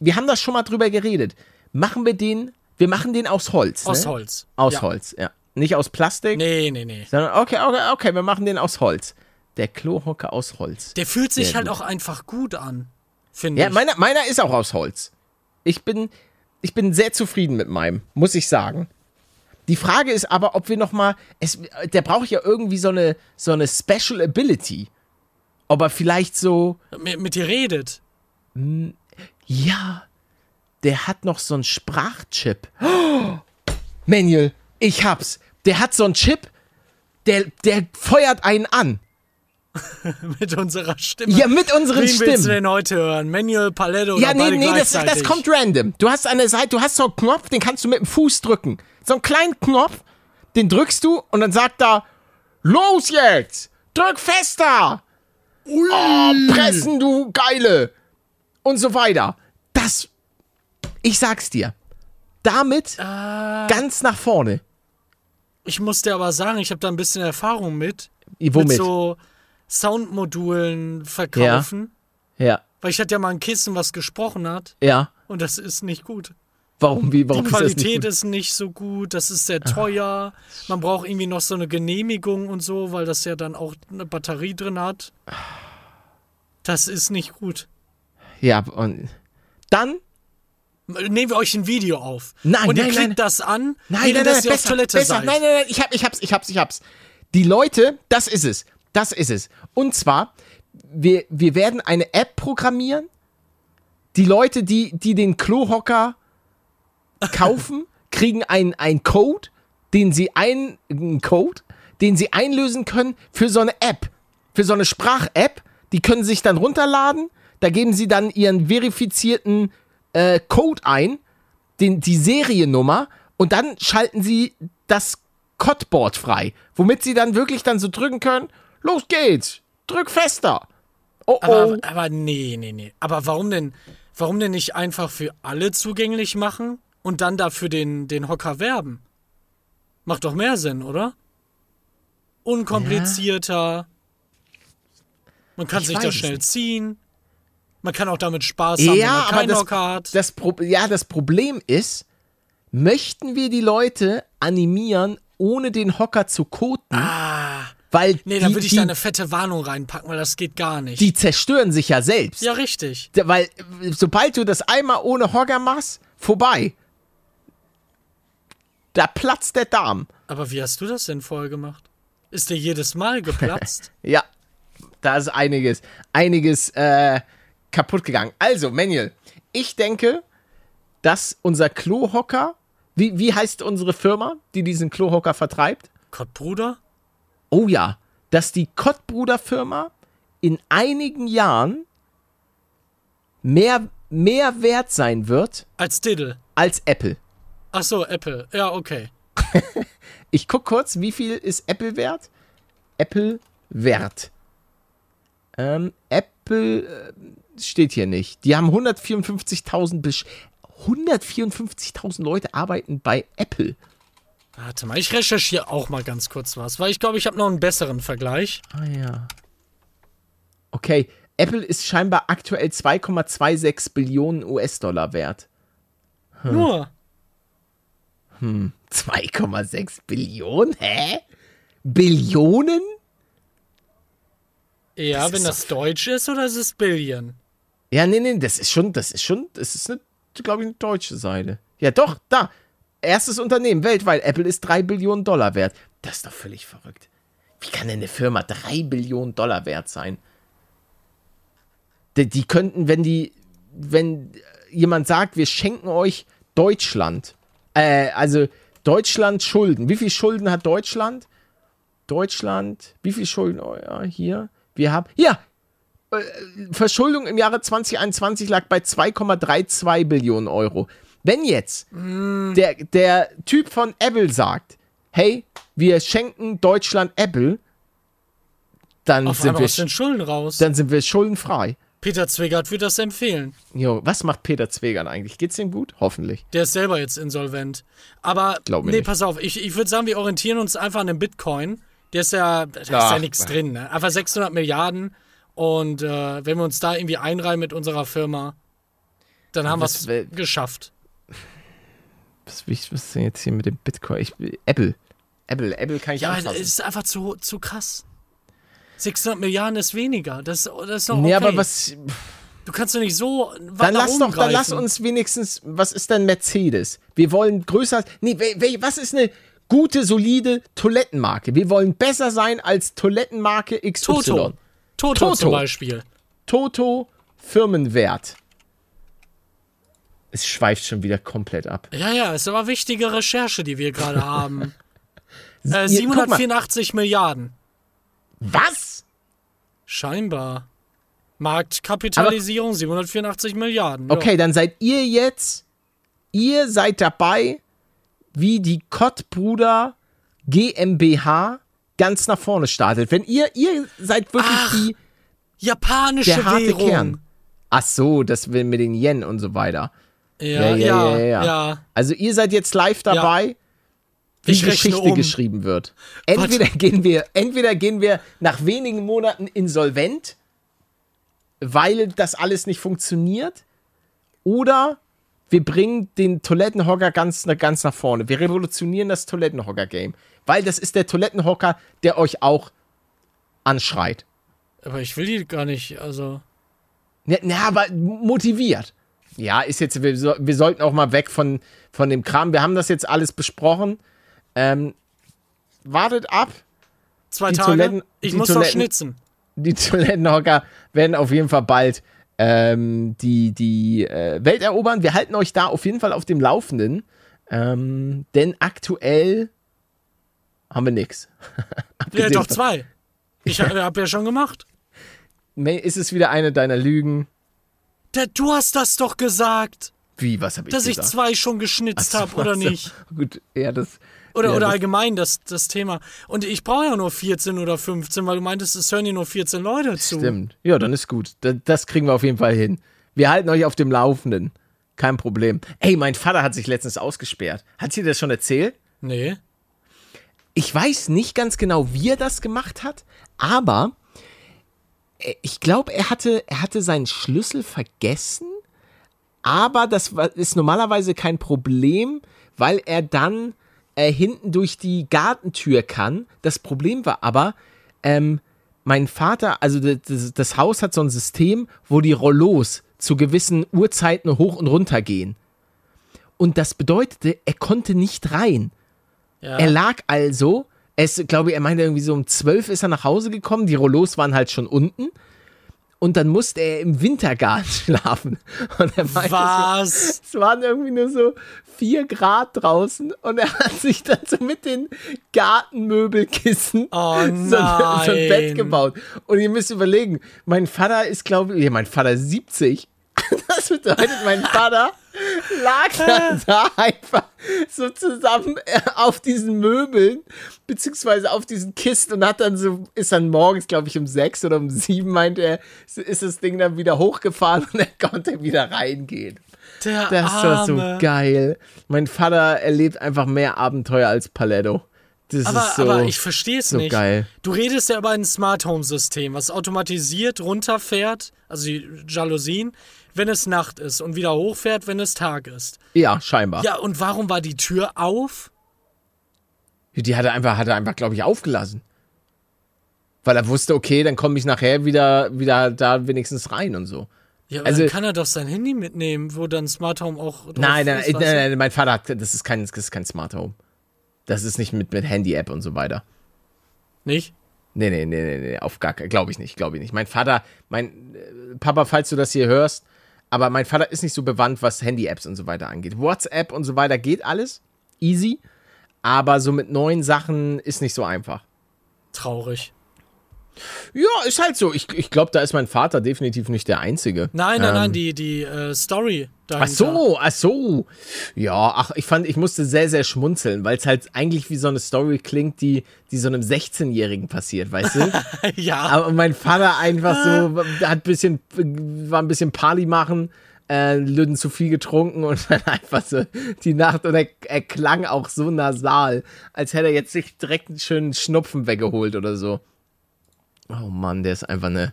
S2: wir haben das schon mal drüber geredet. Machen wir den, wir machen den aus Holz.
S1: Aus
S2: ne?
S1: Holz.
S2: Aus
S1: Ja.
S2: Holz, ja. Nicht aus Plastik,
S1: Nee, nee, nee.
S2: sondern okay, okay, okay, wir machen den aus Holz. Der Klohocker aus Holz.
S1: Der fühlt sich
S2: Sehr
S1: halt
S2: gut.
S1: auch einfach gut an. Finde
S2: Ja,
S1: ich.
S2: meiner, meiner ist auch aus Holz. Ich bin, ich bin sehr zufrieden mit meinem, muss ich sagen. Die Frage ist aber, ob wir nochmal. Der braucht ja irgendwie so eine, so eine Special Ability. Ob er vielleicht so.
S1: mit, mit dir redet.
S2: Ja, der hat noch so einen Sprachchip. Oh, Manuel, ich hab's. Der hat so einen Chip, der, der feuert einen an.
S1: Mit unserer Stimme.
S2: Ja, mit unseren
S1: Wen
S2: Stimmen.
S1: willst du denn heute hören? Manuel, Paletto
S2: Ja,
S1: oder
S2: nee,
S1: beide
S2: nee, das,
S1: gleichzeitig?
S2: das kommt random. Du hast an der Seite, du hast so einen Knopf, den kannst du mit dem Fuß drücken. So einen kleinen Knopf, den drückst du und dann sagt er, los jetzt, drück fester, oh, pressen du Geile und so weiter. Das, ich sag's dir, damit
S1: Ah.
S2: ganz nach vorne.
S1: Ich muss dir aber sagen, ich habe da ein bisschen Erfahrung mit. Mit
S2: Womit?
S1: so Soundmodulen verkaufen.
S2: ja,
S1: Weil ich hatte ja mal ein Kissen, was gesprochen hat.
S2: ja.
S1: Und das ist nicht gut.
S2: Warum, wie, warum
S1: Die
S2: ist das nicht
S1: Qualität
S2: gut?
S1: ist nicht so gut, das ist sehr teuer. Man braucht irgendwie noch so eine Genehmigung und so, weil das ja dann auch eine Batterie drin hat. Das ist nicht gut.
S2: Ja, und dann
S1: Nehmen wir euch ein Video auf.
S2: Nein,
S1: Und ihr
S2: nein,
S1: klickt
S2: nein.
S1: das an,
S2: Nein, nein,
S1: während
S2: nein,
S1: ihr auf
S2: besser,
S1: Toilette
S2: besser.
S1: seid.
S2: Nein, nein, nein, ich, hab, ich hab's, ich hab's, ich hab's. Die Leute, das ist es, das ist es. Und zwar, wir, wir werden eine App programmieren. Die Leute, die, die den Klohocker kaufen, kriegen einen, einen Code, den sie ein, einen Code, den sie einlösen können für so eine App, für so eine Sprach-App. Die können sich dann runterladen. Da geben sie dann ihren verifizierten äh, Code ein den, die Seriennummer und dann schalten sie das Codeboard frei, womit sie dann wirklich dann so drücken können, los geht's, drück fester. Oh oh.
S1: Aber, aber nee, nee, nee. Aber warum denn, warum denn nicht einfach für alle zugänglich machen und dann dafür den, den Hocker werben? Macht doch mehr Sinn, oder? Unkomplizierter. Man kann
S2: Ich
S1: sich
S2: weiß
S1: das
S2: es
S1: schnell
S2: nicht. Aber,
S1: ziehen. Man kann auch damit Spaß haben, wenn
S2: ja,
S1: man
S2: aber
S1: keinen
S2: das,
S1: Hocker hat.
S2: das Pro ja, das Problem ist, möchten wir die Leute animieren, ohne den Hocker zu koten? Weil
S1: Ah. nee, da
S2: die,
S1: würde ich
S2: die,
S1: da eine fette Warnung reinpacken, weil das geht gar nicht.
S2: die zerstören sich ja selbst.
S1: ja, richtig.
S2: Da- Weil äh, sobald du das einmal ohne Hocker machst, vorbei. Da platzt der Darm.
S1: Aber wie hast du das denn vorher gemacht? Ist dir jedes Mal geplatzt?
S2: Ja, da ist einiges, einiges äh, kaputt gegangen. Also, Manuel, ich denke, dass unser Klohocker, wie, wie heißt unsere Firma, die diesen Klohocker vertreibt?
S1: Kottbruder?
S2: Oh ja, dass die Kottbruder-Firma in einigen Jahren mehr, mehr wert sein wird
S1: Als Diddle.
S2: als Apple.
S1: Ach so, Apple. Ja, okay.
S2: Ich guck kurz, wie viel ist Apple wert? Apple wert. Ähm, Apple äh, steht hier nicht. Die haben 154.000 Besch 154.000 Leute arbeiten bei Apple.
S1: Warte mal, ich recherchiere auch mal ganz kurz was, weil ich glaube, ich habe noch einen besseren Vergleich.
S2: Ah ja. Okay, Apple ist scheinbar aktuell 2,26 Billionen US-Dollar wert. Hm.
S1: Nur,
S2: 2,6 Billionen? Hä? Billionen?
S1: ja,
S2: Das ist
S1: wenn
S2: so
S1: das Deutsch ist oder ist es Billion?
S2: Ja, nee, nee, das ist schon, das ist schon, das ist eine, glaube ich, eine deutsche Seite. Ja, doch, da. Erstes Unternehmen weltweit. Apple ist 3 Billionen Dollar wert. Das ist doch völlig verrückt. Wie kann denn eine Firma 3 Billionen Dollar wert sein? Die, die könnten, wenn die, wenn jemand sagt, wir schenken euch Deutschland, äh, also Deutschland Schulden. Wie viel Schulden hat Deutschland? Deutschland, wie viel Schulden? Oh, ja, hier. Wir haben, ja, äh, Verschuldung im Jahre 2021 lag bei 2,32 Billionen Euro. Wenn jetzt der, der Typ von Apple sagt, hey, wir schenken Deutschland Apple, dann
S1: Auf
S2: sind
S1: einmal
S2: wir,
S1: aus den Schulden raus.
S2: dann sind wir schuldenfrei.
S1: Peter Zwegert würde das empfehlen.
S2: Jo, was macht Peter Zwegern eigentlich? Geht's ihm gut? Hoffentlich.
S1: Der ist selber jetzt insolvent. Aber,
S2: Glaub mir
S1: nee,
S2: nicht.
S1: pass auf, ich, ich würde sagen, wir orientieren uns einfach an dem Bitcoin. Der ist ja, da ist ja
S2: Ach,
S1: nichts
S2: Mann.
S1: drin, ne? Einfach 600 Milliarden. Und äh, wenn wir uns da irgendwie einreihen mit unserer Firma, dann haben wir
S2: Was
S1: es
S2: wär-
S1: geschafft.
S2: Was, was ist denn jetzt hier mit dem Bitcoin? Ich, Apple. Apple, Apple kann ich
S1: Ja, es
S2: anfassen.
S1: ist einfach zu, zu krass. 600 Milliarden ist weniger. Das, das ist noch okay.
S2: Nee, aber was,
S1: Du kannst doch nicht so weit
S2: Dann
S1: nach
S2: lass
S1: oben
S2: doch, dann lass
S1: greifen.
S2: uns wenigstens, was ist denn Mercedes? Wir wollen größer, nee, wel- wel- was ist eine gute, solide Toilettenmarke? Wir wollen besser sein als Toilettenmarke XY.
S1: Toto. Toto,
S2: Toto.
S1: zum Beispiel.
S2: Toto Firmenwert. Es schweift schon wieder komplett ab.
S1: Ja, ja, ist aber wichtige Recherche, die wir gerade haben.
S2: Ihr-
S1: äh,
S2: guck mal.
S1: 784 Milliarden.
S2: Was?
S1: Scheinbar. Marktkapitalisierung 784 Milliarden. ja.
S2: Okay, dann seid ihr jetzt, ihr seid dabei, wie die Kottbruder GmbH ganz nach vorne startet. Wenn ihr, ihr seid wirklich
S1: Ach.
S2: die
S1: Japanische
S2: der harte
S1: Währung.
S2: Kern. Ach so, das will mit den Yen und so weiter.
S1: Ja, ja, ja. ja,
S2: Also ihr seid jetzt live dabei, wie
S1: Ich rechne
S2: Geschichte
S1: um.
S2: geschrieben wird. Entweder gehen wir, entweder gehen wir nach wenigen Monaten insolvent, weil das alles nicht funktioniert, oder wir bringen den Toilettenhocker ganz, ganz nach vorne. Wir revolutionieren das Toilettenhocker-Game, weil das ist der Toilettenhocker, der euch auch anschreit.
S1: Aber ich will die gar nicht, also.
S2: Na, na, aber motiviert. Ja, ist jetzt, wir, so, wir sollten auch mal weg von, von dem Kram. Wir haben das jetzt alles besprochen. Ähm, wartet ab.
S1: Zwei
S2: Die
S1: Tage.
S2: Toiletten-
S1: ich
S2: die
S1: muss noch
S2: Toiletten-
S1: schnitzen.
S2: Die Toilettenhocker werden auf jeden Fall bald ähm, die, die äh, Welt erobern. Wir halten euch da auf jeden Fall auf dem Laufenden. Ähm, denn aktuell haben wir nichts.
S1: Ja,
S2: Abgesehen
S1: doch
S2: von-
S1: zwei. Ich habe hab ja schon gemacht.
S2: Ist es wieder eine deiner Lügen?
S1: Der, du hast das doch gesagt,
S2: Wie, was habe ich
S1: dass ich
S2: gesagt?
S1: zwei schon geschnitzt habe, oder
S2: Also,
S1: nicht?
S2: Gut, ja, das.
S1: Oder,
S2: ja,
S1: oder
S2: das-
S1: allgemein das, das Thema. Und ich brauche ja nur 14 oder 15, weil du meintest, es hören dir nur 14 Leute zu.
S2: Stimmt. Ja, dann ist gut. Da- Das kriegen wir auf jeden Fall hin. Wir halten euch auf dem Laufenden. Kein Problem. Ey, mein Vater hat sich letztens ausgesperrt. Hat sie dir das schon erzählt?
S1: Nee.
S2: Ich weiß nicht ganz genau, wie er das gemacht hat, aber äh, ich glaube, er hatte, er hatte seinen Schlüssel vergessen, aber das war- ist normalerweise kein Problem, weil er dann äh, hinten durch die Gartentür kann. Das Problem war aber, ähm, mein Vater, also d- das, das Haus hat so ein System, wo die Rollos zu gewissen Uhrzeiten hoch und runter gehen. Und das bedeutete, er konnte nicht rein.
S1: Ja.
S2: Er lag also, es glaube ich, er meinte irgendwie so um 12 ist er nach Hause gekommen, die Rollos waren halt schon unten. Und dann musste er im Wintergarten schlafen. Und er meinte, so,
S1: Was?
S2: es waren irgendwie nur so 4 Grad draußen und er hat sich dann so mit den Gartenmöbelkissen
S1: Oh
S2: so, ein- so ein
S1: nein.
S2: Bett gebaut. Und ihr müsst überlegen, mein Vater ist, glaube ich, ja, mein Vater ist 70. Das bedeutet, mein Vater lag dann da einfach so zusammen äh, auf diesen Möbeln, beziehungsweise auf diesen Kisten und hat dann so, ist dann morgens, glaube ich, um sechs oder um sieben, meinte er, ist das Ding dann wieder hochgefahren und er konnte wieder reingehen.
S1: Der
S2: Das war
S1: Arme.
S2: so geil. Mein Vater erlebt einfach mehr Abenteuer als Paletto. Das
S1: Aber,
S2: ist so.
S1: aber ich verstehe es
S2: so
S1: nicht.
S2: geil.
S1: Du redest ja über ein Smart Home System, was automatisiert runterfährt, also die Jalousien, wenn es Nacht ist und wieder hochfährt, wenn es Tag ist.
S2: ja, scheinbar.
S1: Ja, und warum war die Tür auf?
S2: Die hat er einfach, hat er einfach, glaube ich, aufgelassen. Weil er wusste, okay, dann komme ich nachher wieder, wieder da wenigstens rein und so.
S1: Ja, aber
S2: Also-
S1: dann kann er doch sein Handy mitnehmen, wo dann Smart Home auch drauf
S2: Nein, äh, nein,
S1: ist,
S2: nein,
S1: weißt du?
S2: nein, nein, mein Vater hat, das ist kein, das ist kein Smart Home. Das ist nicht mit, mit Handy-App und so weiter.
S1: Nicht?
S2: Nee, nee, nee, nee, nee, auf gar keinen, glaube ich nicht, glaube ich nicht. Mein Vater, mein, äh, Papa, falls du das hier hörst, aber mein Vater ist nicht so bewandt, was Handy-Apps und so weiter angeht. WhatsApp und so weiter geht alles, easy, aber so mit neuen Sachen ist nicht so einfach.
S1: Traurig.
S2: Ja, ist halt so. Ich, ich glaube, da ist mein Vater definitiv nicht der Einzige.
S1: Nein, nein,
S2: Ähm,
S1: nein, die, die äh, Story dahinter.
S2: Ach so, ach so. Ja, ach, ich fand, ich musste sehr, sehr schmunzeln, weil es halt eigentlich wie so eine Story klingt, die, die so einem 16-Jährigen passiert, weißt du?
S1: ja. Ah.
S2: Aber mein Vater einfach so, hat ein bisschen, war ein bisschen Party machen, äh, Lüden zu viel getrunken und dann einfach so die Nacht und er, er klang auch so nasal, als hätte er jetzt sich direkt einen schönen Schnupfen weggeholt oder so. Oh Mann, der ist einfach eine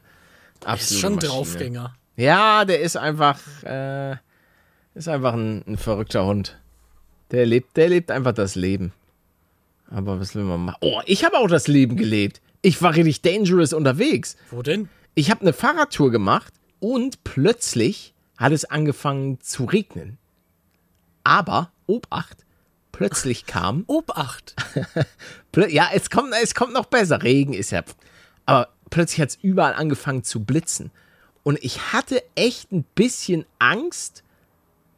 S2: absolute
S1: Ist schon ein
S2: Maschine.
S1: Draufgänger.
S2: Ja, der ist einfach, äh, ist einfach ein, ein verrückter Hund. Der lebt, der lebt einfach das Leben. Aber was will man machen? Oh, ich habe auch das Leben gelebt. Ich war richtig dangerous unterwegs.
S1: Wo denn?
S2: Ich habe eine Fahrradtour gemacht und plötzlich hat es angefangen zu regnen. Aber, Obacht, plötzlich kam
S1: Obacht.
S2: Plö- Ja, es kommt, es kommt noch besser. Regen ist ja. Aber plötzlich hat es überall angefangen zu blitzen. Und ich hatte echt ein bisschen Angst,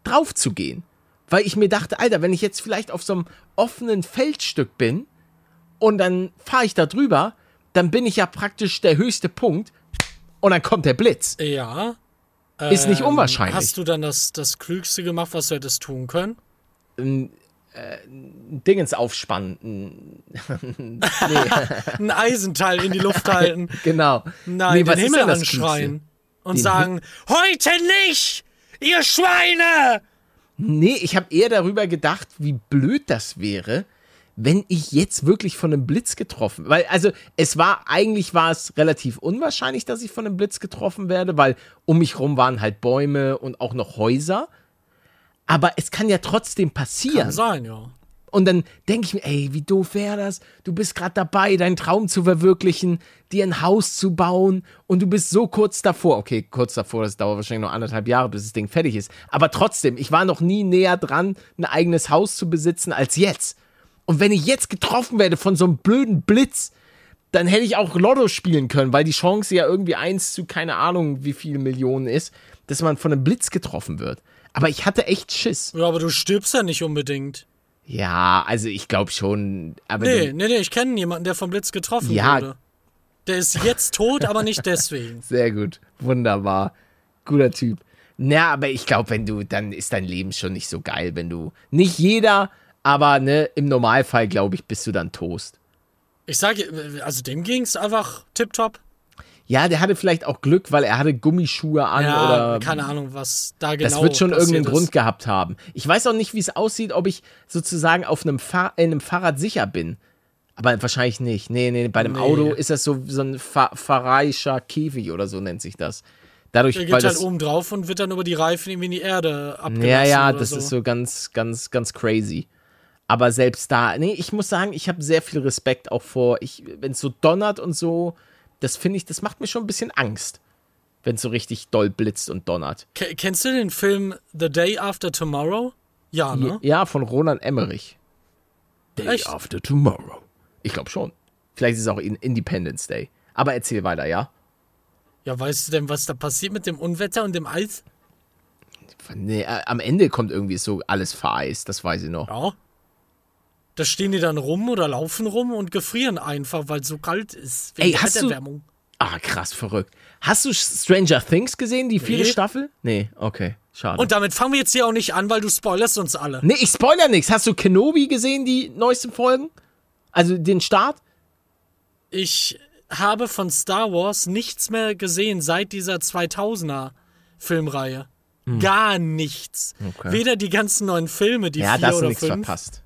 S2: drauf zu gehen. Weil ich mir dachte, Alter, wenn ich jetzt vielleicht auf so einem offenen Feldstück bin und dann fahre ich da drüber, dann bin ich ja praktisch der höchste Punkt und dann kommt der Blitz.
S1: Ja.
S2: Ist nicht
S1: Ähm,
S2: unwahrscheinlich.
S1: Hast du dann das, das Klügste gemacht, was du hättest tun können?
S2: Dingens aufspannen.
S1: Ein Eisenteil in die Luft halten.
S2: Genau.
S1: Nein, den Himmel
S2: denn das Klügste?
S1: anschreien. Und
S2: Den
S1: sagen, heute nicht, ihr Schweine!
S2: Nee, ich habe eher darüber gedacht, wie blöd das wäre, wenn ich jetzt wirklich von einem Blitz getroffen, weil also es war eigentlich war es relativ unwahrscheinlich, dass ich von einem Blitz getroffen werde, weil um mich rum waren halt Bäume und auch noch Häuser. Aber es kann ja trotzdem passieren.
S1: Sein, ja.
S2: Und dann denke ich mir, ey, wie doof wäre das? Du bist gerade dabei, deinen Traum zu verwirklichen, dir ein Haus zu bauen und du bist so kurz davor. Okay, kurz davor, das dauert wahrscheinlich noch anderthalb Jahre, bis das Ding fertig ist. Aber trotzdem, ich war noch nie näher dran, ein eigenes Haus zu besitzen als jetzt. Und wenn ich jetzt getroffen werde von so einem blöden Blitz, dann hätte ich auch Lotto spielen können, weil die Chance ja irgendwie eins zu keine Ahnung wie viele Millionen ist, dass man von einem Blitz getroffen wird. Aber ich hatte echt Schiss.
S1: Ja, aber du stirbst ja nicht unbedingt.
S2: Ja, also ich glaube schon, aber
S1: Nee,
S2: dann-
S1: nee, nee, ich kenne jemanden, der vom Blitz getroffen
S2: Ja.
S1: wurde. Der ist jetzt tot, aber nicht deswegen.
S2: Sehr gut. Wunderbar. Guter Typ. Na, aber ich glaube, wenn du, dann ist dein Leben schon nicht so geil, wenn du. Nicht jeder, aber ne, im Normalfall, glaube ich, bist du dann Toast.
S1: Ich sage, also dem ging's einfach tipptopp.
S2: Ja, der hatte vielleicht auch Glück, weil er hatte Gummischuhe an
S1: Ja,
S2: oder.
S1: keine Ahnung, was da genau
S2: das wird schon
S1: passiert
S2: irgendeinen
S1: ist.
S2: Grund gehabt haben. Ich weiß auch nicht, wie es aussieht, ob ich sozusagen auf einem, Fahr in einem Fahrrad sicher bin. Aber wahrscheinlich nicht. Nee, nee, bei dem
S1: Nee.
S2: Auto ist das so, so ein Fa Fahreischer Käfig oder so nennt sich das. Dadurch,
S1: Der geht
S2: weil
S1: halt
S2: das,
S1: oben drauf und wird dann über die Reifen irgendwie in die Erde abgelassen.
S2: Ja, ja,
S1: oder
S2: das
S1: so.
S2: ist so ganz, ganz, ganz crazy. Aber selbst da, nee, ich muss sagen, ich habe sehr viel Respekt auch vor, ich, wenn es so donnert und so, das finde ich, das macht mir schon ein bisschen Angst, wenn es so richtig doll blitzt und donnert.
S1: Ke- Kennst du den Film The Day After Tomorrow? Ja, ne?
S2: Ja, von Roland Emmerich. Day
S1: Echt?
S2: after tomorrow. Ich glaube schon. Vielleicht ist es auch in- Independence Day. Aber erzähl weiter, ja?
S1: Ja, weißt du denn, was da passiert mit dem Unwetter und dem Eis?
S2: Nee, äh, am Ende kommt irgendwie so alles vereist, das weiß ich noch.
S1: Ja. Da stehen die dann rum oder laufen rum und gefrieren einfach, weil so kalt ist.
S2: Ey,
S1: der
S2: hast du-
S1: Erderwärmung.
S2: Ah, krass, verrückt. Hast du Stranger Things gesehen, die vierte
S1: Nee.
S2: Staffel? Nee, okay, schade.
S1: Und damit fangen wir jetzt hier auch nicht an, weil du spoilerst uns alle.
S2: nee, ich spoiler nichts. Hast du Kenobi gesehen, die neuesten Folgen? Also den Start?
S1: Ich habe von Star Wars nichts mehr gesehen seit dieser 2000er Filmreihe. Gar nichts.
S2: Hm. Okay.
S1: Weder die ganzen neuen Filme, die
S2: Ja, da
S1: vier
S2: hast du
S1: oder
S2: nichts
S1: fünf.
S2: verpasst.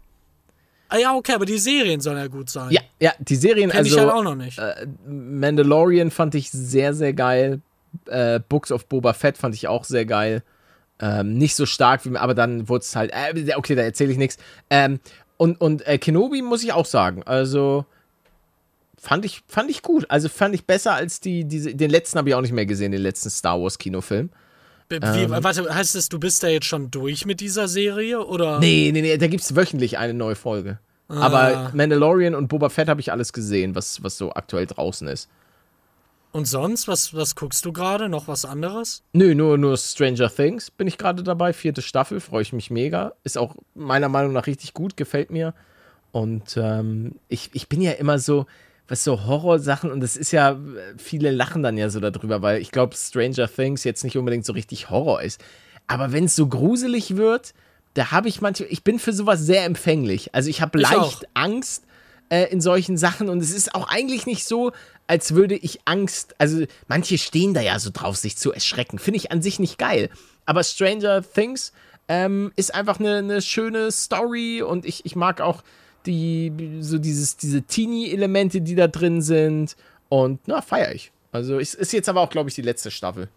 S1: Ah ja, okay, aber die Serien sollen ja gut sein.
S2: Ja, ja, die Serien,
S1: Kenn
S2: also
S1: ich halt auch noch nicht.
S2: Mandalorian fand ich sehr, sehr geil. Äh, Books of Boba Fett fand ich auch sehr geil. Ähm, nicht so stark, wie, aber dann wurde es halt. Äh, okay, da erzähle ich nichts. Ähm, und und äh, Kenobi muss ich auch sagen. Also fand ich, fand ich gut. Also fand ich besser als die. Diese, den letzten habe ich auch nicht mehr gesehen, den letzten Star Wars Kinofilm.
S1: Wie,
S2: ähm,
S1: warte, heißt es, du bist da jetzt schon durch mit dieser Serie? Oder?
S2: Nee, nee, nee, da gibt es wöchentlich eine neue Folge. Aber Mandalorian und Boba Fett habe ich alles gesehen, was, was so aktuell draußen ist.
S1: Und sonst? Was, was guckst du gerade? Noch was anderes?
S2: Nö, nur, nur Stranger Things bin ich gerade dabei. Vierte Staffel, freue ich mich mega. Ist auch meiner Meinung nach richtig gut, gefällt mir. Und ähm, ich, ich bin ja immer so, was so Horrorsachen und das ist ja, viele lachen dann ja so darüber, weil ich glaube, Stranger Things jetzt nicht unbedingt so richtig Horror ist. Aber wenn es so gruselig wird, da habe ich manchmal, ich bin für sowas sehr empfänglich. Also ich habe
S1: Ich
S2: leicht
S1: auch.
S2: Angst äh, in solchen Sachen und es ist auch eigentlich nicht so, als würde ich Angst, also manche stehen da ja so drauf, sich zu erschrecken. Finde ich an sich nicht geil. Aber Stranger Things ähm, ist einfach eine, eine schöne Story und ich, ich mag auch die, so dieses, diese Teenie-Elemente, die da drin sind. Und na, feiere ich. Also es ist jetzt aber auch, glaube ich, die letzte Staffel.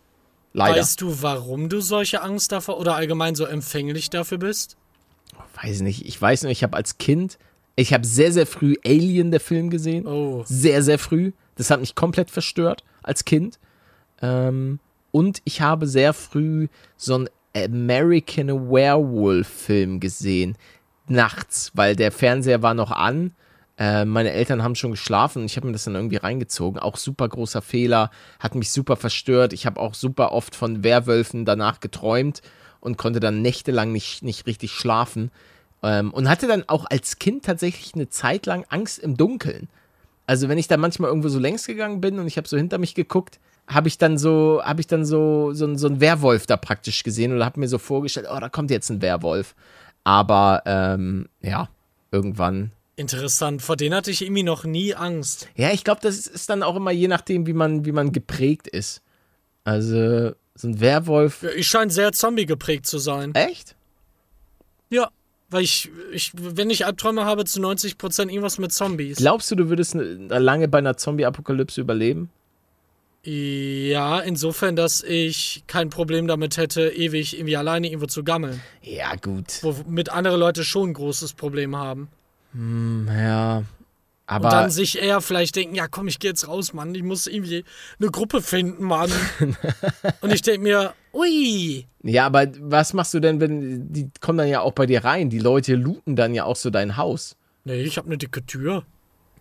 S2: Leider.
S1: Weißt du, warum du solche Angst davor oder allgemein so empfänglich dafür bist?
S2: weiß nicht, ich weiß nur, ich habe als Kind, ich habe sehr, sehr früh Alien, der Film gesehen.
S1: Oh.
S2: Sehr, sehr früh. Das hat mich komplett verstört als Kind. Ähm, und ich habe sehr früh so einen American Werewolf-Film gesehen. Nachts, weil der Fernseher war noch an. Äh, meine Eltern haben schon geschlafen und ich habe mir das dann irgendwie reingezogen. Auch super großer Fehler, hat mich super verstört. Ich habe auch super oft von Werwölfen danach geträumt und konnte dann nächtelang nicht, nicht richtig schlafen. Ähm, und hatte dann auch als Kind tatsächlich eine Zeit lang Angst im Dunkeln. Also wenn ich dann manchmal irgendwo so längs gegangen bin und ich habe so hinter mich geguckt, habe ich dann so, habe ich dann so so, ein- so einen Werwolf da praktisch gesehen oder habe mir so vorgestellt, oh, da kommt jetzt ein Werwolf. Aber ähm, ja, irgendwann
S1: Interessant, vor denen hatte ich irgendwie noch nie Angst.
S2: ja, ich glaube, das ist, ist dann auch immer je nachdem, wie man, wie man geprägt ist. Also, so ein Werwolf.
S1: Ja, Ich scheine sehr Zombie geprägt zu sein.
S2: Echt?
S1: Ja, weil ich, ich wenn ich Albträume habe, zu 90% irgendwas mit Zombies.
S2: Glaubst du, du würdest ne- lange bei einer Zombie-Apokalypse überleben?
S1: ja, insofern, dass ich kein Problem damit hätte, ewig irgendwie alleine irgendwo zu gammeln.
S2: Ja, gut.
S1: Womit andere Leute schon ein großes Problem haben.
S2: Ja.
S1: Und dann
S2: Aber
S1: sich eher vielleicht denken, ja komm, ich gehe jetzt raus, Mann. Ich muss irgendwie eine Gruppe finden, Mann. Und ich denke mir, ui,
S2: ja, aber was machst du denn, wenn die kommen dann ja auch bei dir rein? Die Leute looten dann ja auch so dein Haus.
S1: nee, ich habe eine dicke Tür.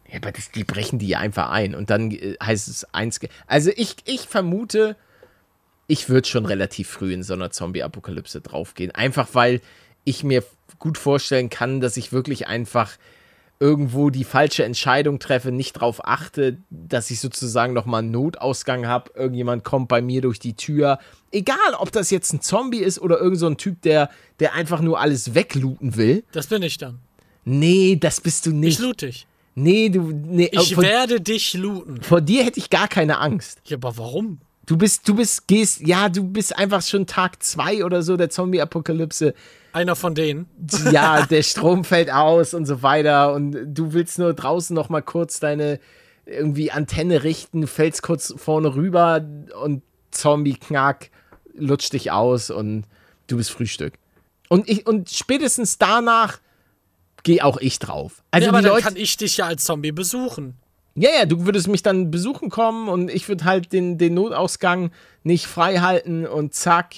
S2: Ja, aber das, die brechen die ja einfach ein und dann äh, heißt es eins. ge- Also ich, ich vermute, ich würde schon relativ früh in so einer Zombie-Apokalypse draufgehen. Einfach weil ich mir gut vorstellen kann, dass ich wirklich einfach irgendwo die falsche Entscheidung treffe, nicht drauf achte, dass ich sozusagen nochmal einen Notausgang habe, irgendjemand kommt bei mir durch die Tür. Egal, ob das jetzt ein Zombie ist oder irgend so ein Typ, der, der einfach nur alles weglooten will.
S1: Das bin ich dann.
S2: Nee, das bist du
S1: Ich
S2: nicht.
S1: loot dich.
S2: nee, du. Nee,
S1: Ich
S2: von-
S1: werde dich looten.
S2: vor dir hätte ich gar keine Angst.
S1: Ja, aber warum?
S2: Du bist, du bist, gehst, ja, du bist einfach schon Tag zwei oder so der Zombie-Apokalypse.
S1: Einer von denen.
S2: Ja, der Strom fällt aus und so weiter und du willst nur draußen noch mal kurz deine irgendwie Antenne richten, fällst kurz vorne rüber und Zombie-Knack lutscht dich aus und du bist Frühstück. Und ich, und spätestens danach gehe auch ich drauf. Also
S1: Ja, aber
S2: die
S1: dann
S2: Leute,
S1: kann ich dich ja als Zombie besuchen.
S2: Ja, ja, du würdest mich dann besuchen kommen und ich würde halt den, den Notausgang nicht frei halten und zack,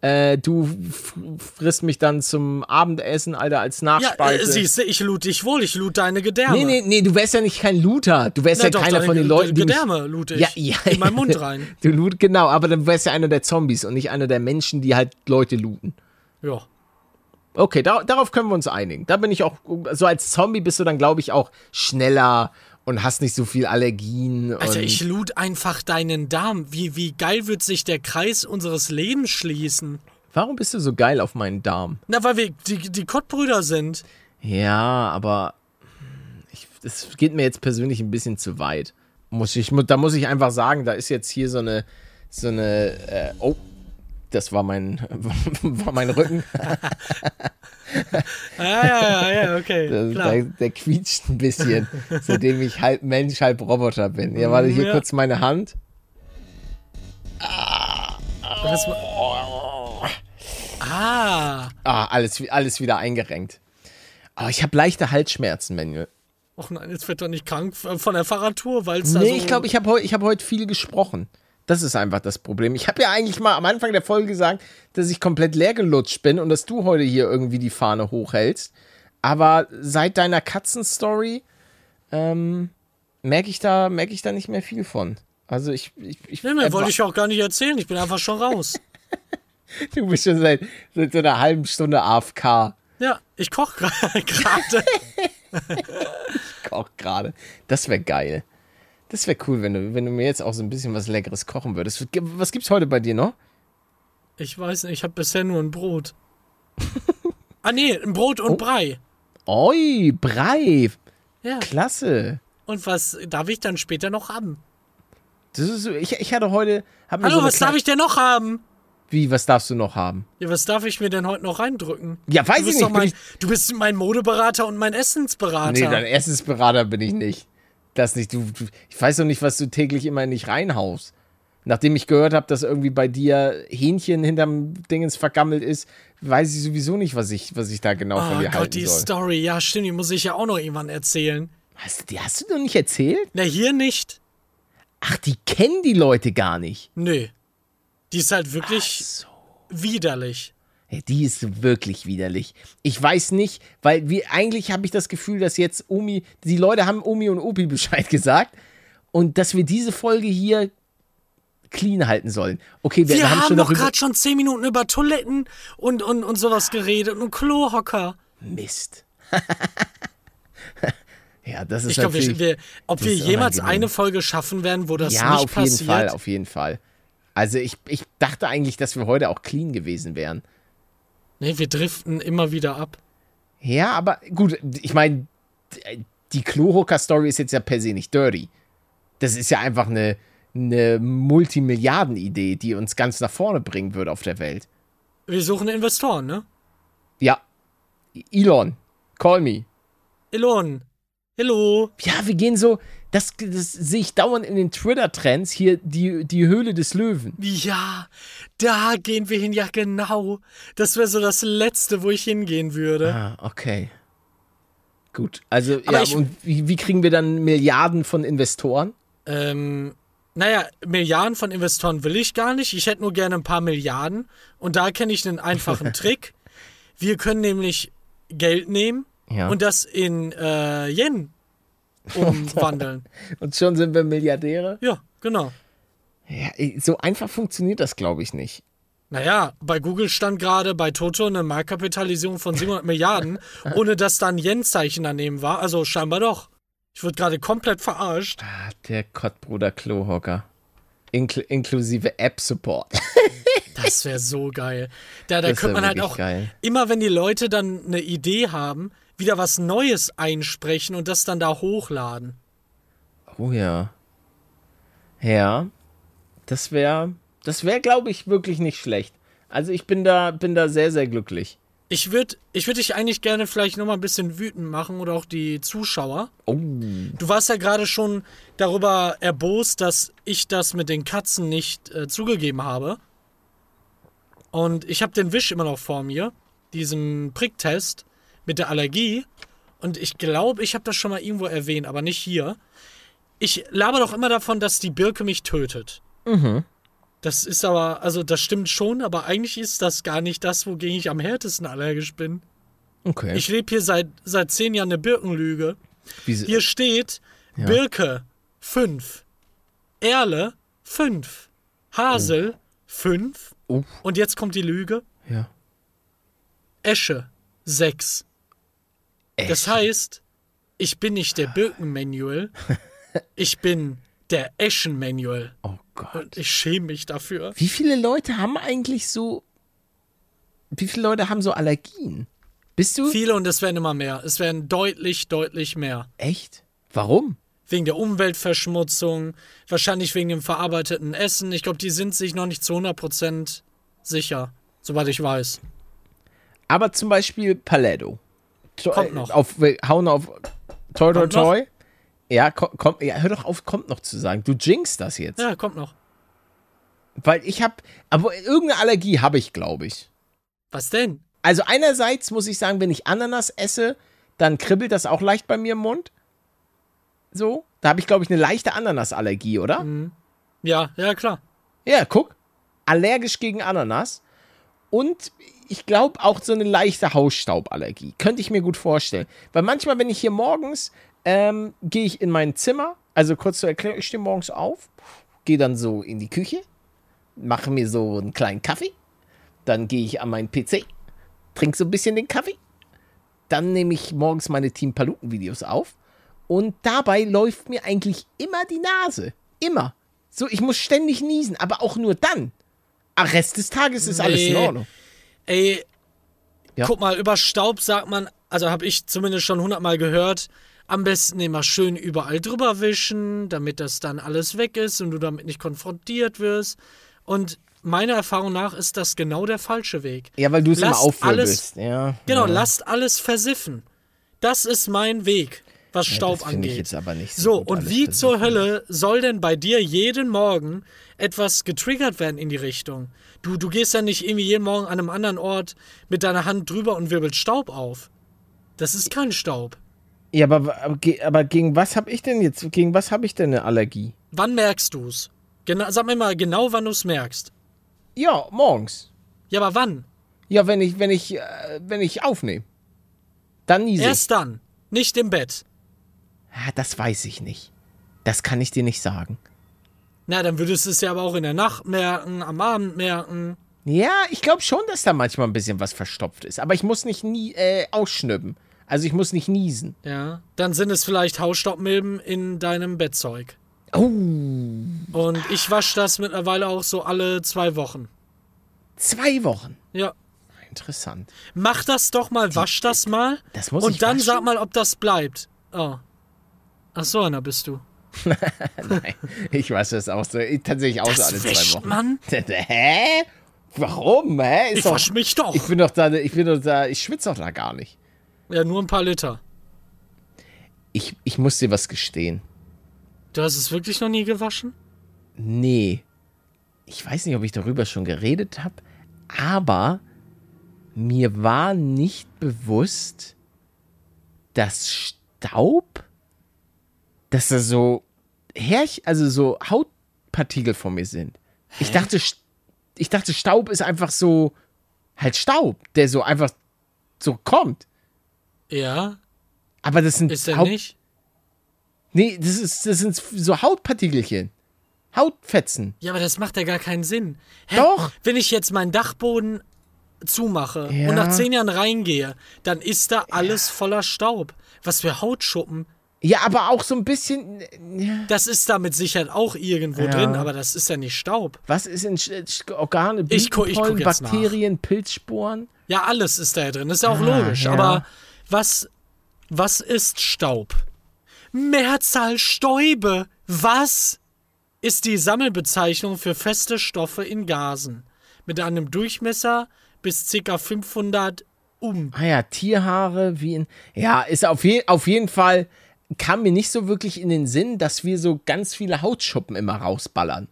S2: äh, du f- frisst mich dann zum Abendessen, Alter, als
S1: Ja,
S2: Nachspeise.
S1: äh, siehst du, ich loot dich wohl, ich loot deine Gedärme.
S2: nee, nee, nee, du wärst ja nicht kein Looter. Du wärst
S1: Na
S2: ja
S1: doch,
S2: keiner
S1: deine
S2: von den
S1: Ge-
S2: Leuten, die mich,
S1: Gedärme loot ich.
S2: Ja, ja.
S1: In meinen Mund rein.
S2: Du loot, genau, aber dann wärst ja einer der Zombies und nicht einer der Menschen, die halt Leute looten.
S1: Ja.
S2: Okay, da, darauf können wir uns einigen. Da bin ich auch, so als Zombie bist du dann, glaube ich, auch schneller und hast nicht so viel Allergien.
S1: Alter,
S2: und
S1: ich loot einfach deinen Darm. Wie, wie geil wird sich der Kreis unseres Lebens schließen?
S2: Warum bist du so geil auf meinen Darm?
S1: Na, weil wir die, die Kottbrüder sind.
S2: Ja, aber ich, das geht mir jetzt persönlich ein bisschen zu weit. Muss ich, mu- da muss ich einfach sagen, da ist jetzt hier so eine, so eine, äh, oh, das war mein, war mein Rücken.
S1: Ah, Ja, ja, ja, ja, okay.
S2: Der,
S1: Klar.
S2: der quietscht ein bisschen, seitdem ich halb Mensch, halb Roboter bin. Ja, warte, hier
S1: Ja.
S2: kurz meine Hand.
S1: Das war- ah.
S2: Ah, alles, wie- alles wieder eingerenkt. Aber ich habe leichte Halsschmerzen, Manuel.
S1: Och nein, jetzt wird doch nicht krank äh, von der Fahrradtour, weil es da so...
S2: Nee, ich glaube, ich habe heu, ich hab heute viel gesprochen. Das ist einfach das Problem. Ich habe ja eigentlich mal am Anfang der Folge gesagt, dass ich komplett leer gelutscht bin und dass du heute hier irgendwie die Fahne hochhältst. Aber seit deiner Katzenstory ähm, merke ich, da, merk ich da nicht mehr viel von. Also ich... ich, ich
S1: Nee, mehr
S2: äh,
S1: wollte ich auch gar nicht erzählen. Ich bin einfach schon raus.
S2: Du bist schon seit, seit so einer halben Stunde AFK.
S1: ja, ich koche gerade.
S2: Auch gerade. Das wäre geil. Das wäre cool, wenn du, wenn du mir jetzt auch so ein bisschen was Leckeres kochen würdest. Was gibt's heute bei dir noch?
S1: Ich weiß nicht, ich habe bisher nur ein Brot. ah nee, ein Brot und
S2: Oh.
S1: Brei.
S2: Oi, Brei.
S1: Ja.
S2: Klasse.
S1: Und was darf ich dann später noch haben?
S2: Das ist so, ich, ich hatte heute. Hab mir
S1: Hallo,
S2: so eine
S1: was darf
S2: kleine-
S1: ich denn noch haben?
S2: Wie, was darfst du noch haben?
S1: Ja, was darf ich mir denn heute noch reindrücken?
S2: Ja,
S1: du
S2: weiß ich
S1: bist
S2: nicht,
S1: Doch mein,
S2: bin
S1: Du bist mein Modeberater und mein Essensberater.
S2: Nee, dein Essensberater bin ich nicht. Das nicht. Du, du, ich weiß doch nicht, was du täglich immer nicht reinhaust. Nachdem ich gehört habe, dass irgendwie bei dir Hähnchen hinterm Dingens vergammelt ist, weiß ich sowieso nicht, was ich, was ich da genau von
S1: oh
S2: dir
S1: Gott,
S2: halten
S1: die
S2: soll.
S1: Story. Ja, stimmt, die muss ich ja auch noch irgendwann erzählen.
S2: Hast, du- die hast du noch nicht erzählt?
S1: Na, hier nicht.
S2: Ach, die kennen die Leute gar nicht.
S1: Nö. Die ist halt wirklich widerlich.
S2: Ja, die ist wirklich widerlich. Ich weiß nicht, weil wir, eigentlich habe ich das Gefühl, dass jetzt Omi, die Leute haben Omi und Opi Bescheid gesagt und dass wir diese Folge hier clean halten sollen. Okay, wir,
S1: Wir, haben,
S2: schon
S1: doch
S2: darüber-
S1: gerade schon zehn Minuten über Toiletten und, und, und sowas geredet und Klohocker.
S2: Mist. ja, das ist
S1: Ich glaube,
S2: natürlich.
S1: wir, wir, ob wir
S2: ist
S1: jemals
S2: unangenehm.
S1: eine Folge schaffen werden, wo das
S2: ja,
S1: nicht
S2: auf
S1: passiert.
S2: jeden Fall, auf jeden Fall. Also ich, ich dachte eigentlich, dass wir heute auch clean gewesen wären.
S1: Nee, wir driften immer wieder ab.
S2: Ja, aber gut, ich meine, die Klohocker-Story ist jetzt ja per se nicht dirty. Das ist ja einfach eine, eine Multimilliarden-Idee, die uns ganz nach vorne bringen würde auf der Welt.
S1: Wir suchen Investoren, ne?
S2: Ja. Elon, call me.
S1: Elon. Hello.
S2: Ja, wir gehen so, das, das sehe ich dauernd in den Twitter-Trends hier, die, die Höhle des Löwen.
S1: Ja, da gehen wir hin. Ja, genau. Das wäre so das Letzte, wo ich hingehen würde.
S2: Ah, okay. Gut, also,
S1: Aber
S2: ja,
S1: ich-
S2: und wie, wie kriegen wir dann Milliarden von Investoren?
S1: Ähm, naja, Milliarden von Investoren will ich gar nicht. Ich hätte nur gerne ein paar Milliarden. Und da kenne ich einen einfachen Trick. Wir können nämlich Geld nehmen
S2: Ja.
S1: und das in äh, Yen umwandeln.
S2: Und schon sind wir Milliardäre?
S1: ja, genau.
S2: Ja, so einfach funktioniert das, glaube ich, nicht.
S1: Naja, bei Google stand gerade bei Toto eine Marktkapitalisierung von 700 Milliarden, ohne dass da ein Yen-Zeichen daneben war. Also scheinbar doch. Ich wurde gerade komplett verarscht.
S2: Ah, der Kottbruder Klohocker. Inkl inklusive App-Support.
S1: Das wäre so geil. Da, da
S2: Das
S1: könnte
S2: wär
S1: man halt
S2: wirklich
S1: auch
S2: geil.
S1: immer, wenn die Leute dann eine Idee haben, wieder was Neues einsprechen und das dann da hochladen.
S2: Oh ja. Ja. Das wäre, das wäre, glaube ich, wirklich nicht schlecht. Also ich bin da, bin da sehr, sehr glücklich.
S1: Ich würde ich würd dich eigentlich gerne vielleicht nochmal ein bisschen wütend machen oder auch die Zuschauer.
S2: Oh.
S1: Du warst ja gerade schon darüber erbost, dass ich das mit den Katzen nicht äh, zugegeben habe. Und ich habe den Wisch immer noch vor mir, diesen Pricktest mit der Allergie. Und ich glaube, ich habe das schon mal irgendwo erwähnt, aber nicht hier. Ich laber doch immer davon, dass die Birke mich tötet. Das ist aber, also das stimmt schon, aber eigentlich ist das gar nicht das, wogegen ich am härtesten allergisch bin.
S2: Okay.
S1: Ich lebe hier seit, seit zehn Jahren eine Birkenlüge.
S2: Wieso-
S1: Hier steht Birke 5, Erle 5, Hasel 5
S2: Oh.
S1: und jetzt kommt die Lüge,
S2: Ja.
S1: Esche 6. Das heißt, ich bin nicht der Birkenmanuel, ich bin der Eschenmanuel
S2: Oh Gott.
S1: und ich schäme mich dafür.
S2: Wie viele Leute haben eigentlich so. Wie viele Leute haben so Allergien? Bist du.
S1: Viele und es werden immer mehr. Es werden deutlich, deutlich mehr.
S2: Echt? Warum?
S1: wegen der Umweltverschmutzung, wahrscheinlich wegen dem verarbeiteten Essen. Ich glaube, die sind sich noch nicht zu 100% sicher, soweit ich weiß.
S2: Aber zum Beispiel Paletto. To-
S1: Kommt noch.
S2: äh, Auf, wir hauen auf Toi Toi
S1: Kommt noch.
S2: Toi. Ja, ko- komm, ja, hör doch auf, kommt noch zu sagen. Du jinxst das jetzt.
S1: Ja, kommt noch.
S2: Weil ich habe, aber irgendeine Allergie habe ich, glaube ich.
S1: Was denn?
S2: Also einerseits muss ich sagen, wenn ich Ananas esse, dann kribbelt das auch leicht bei mir im Mund. So, da habe ich, glaube ich, eine leichte Ananasallergie, oder?
S1: Ja, ja, klar.
S2: Ja, guck. Allergisch gegen Ananas. Und ich glaube auch so eine leichte Hausstauballergie. Könnte ich mir gut vorstellen. Weil manchmal, wenn ich hier morgens, ähm, gehe ich in mein Zimmer. Also kurz zur Erklärung, ich stehe morgens auf, gehe dann so in die Küche, mache mir so einen kleinen Kaffee. Dann gehe ich an meinen PC, trinke so ein bisschen den Kaffee. Dann nehme ich morgens meine Team Paluten-Videos auf. Und dabei läuft mir eigentlich immer die Nase. Immer. So, ich muss ständig niesen, aber auch nur dann. Am Rest des Tages ist alles in
S1: Nee.
S2: Ordnung.
S1: Ey,
S2: Ja.
S1: guck mal, über Staub sagt man, also habe ich zumindest schon hundertmal gehört, am besten immer schön überall drüber wischen, damit das dann alles weg ist und du damit nicht konfrontiert wirst. Und meiner Erfahrung nach ist das genau der falsche Weg.
S2: Ja, weil du es immer
S1: Lasst
S2: aufwirbelst. Ja.
S1: Genau,
S2: ja.
S1: lasst alles versiffen. Das ist mein Weg, was Staub
S2: das find
S1: angeht.
S2: ich jetzt aber nicht so
S1: so,
S2: gut,
S1: und
S2: alles
S1: wie zur
S2: versiffen.
S1: Hölle soll denn bei dir jeden Morgen etwas getriggert werden in die Richtung? Du, du gehst ja nicht irgendwie jeden Morgen an einem anderen Ort mit deiner Hand drüber und wirbelst Staub auf. Das ist kein Staub.
S2: Ja, aber, aber, ge- aber gegen was habe ich denn jetzt? Gegen was habe ich denn eine Allergie?
S1: Wann merkst du's? Gena sag mir mal genau, wann du's merkst.
S2: Ja, morgens.
S1: Ja, aber wann?
S2: Ja, wenn ich, wenn ich, äh, wenn ich aufnehme. Dann niese ich.
S1: Erst dann. Nicht im Bett.
S2: Ah, das weiß ich nicht. Das kann ich dir nicht sagen.
S1: Na, dann würdest du es ja aber auch in der Nacht merken, am Abend merken.
S2: Ja, ich glaube schon, dass da manchmal ein bisschen was verstopft ist. Aber ich muss nicht nie äh, ausschnüppen. Also ich muss nicht niesen.
S1: Ja, dann sind es vielleicht Hausstaubmilben in deinem Bettzeug.
S2: Oh,
S1: Und ich wasche das mittlerweile auch so alle zwei Wochen.
S2: zwei Wochen.
S1: Ja.
S2: Interessant.
S1: Mach das doch mal, wasch das mal.
S2: Das muss
S1: und
S2: ich
S1: dann
S2: waschen?
S1: sag mal, ob das bleibt. Oh. Ach so, Anna, bist du.
S2: Nein, ich weiß das auch so. Ich, tatsächlich auch so
S1: Das
S2: alle
S1: wäscht
S2: zwei Wochen.
S1: man?
S2: Hä? Warum? Hä? Ist
S1: Ich
S2: doch,
S1: wasch mich doch.
S2: ich bin doch da, ich bin doch da, ich schwitze doch da gar nicht.
S1: ja, nur ein paar Liter.
S2: Ich, ich muss dir was gestehen.
S1: Du hast es wirklich noch nie gewaschen?
S2: Nee. Ich weiß nicht, ob ich darüber schon geredet habe, aber mir war nicht bewusst, dass Staub, dass da so Härch, also so Hautpartikel von mir sind. Ich dachte, St- ich dachte, Staub ist einfach so halt Staub, der so einfach so kommt.
S1: Ja,
S2: Aber das sind
S1: ist er
S2: Haut-
S1: nicht?
S2: Nee, das ist das sind so Hautpartikelchen. Hautfetzen.
S1: Ja, aber das macht ja gar keinen Sinn. Hä?
S2: Doch.
S1: Wenn ich jetzt meinen Dachboden zumache
S2: Ja.
S1: und nach zehn Jahren reingehe, dann ist da alles voller Staub. Was für Hautschuppen.
S2: Ja, aber auch so ein bisschen ja.
S1: Das ist da mit Sicherheit auch irgendwo
S2: Ja.
S1: drin, aber das ist ja nicht Staub.
S2: Was ist in Sch- Sch- Organe,
S1: Ich gu- ich guck
S2: Blütenpollen,
S1: jetzt nach.
S2: Bakterien, Pilzsporen?
S1: Ja, alles ist da ja drin. Ist ja auch logisch.
S2: Ah, ja.
S1: Aber was, was ist Staub? Mehrzahl Stäube. Was ist die Sammelbezeichnung für feste Stoffe in Gasen? Mit einem Durchmesser bis ca. 500 um.
S2: Ah ja, Tierhaare, wie in. Ja, ist auf, je, auf jeden Fall, kam mir nicht so wirklich in den Sinn, dass wir so ganz viele Hautschuppen immer rausballern.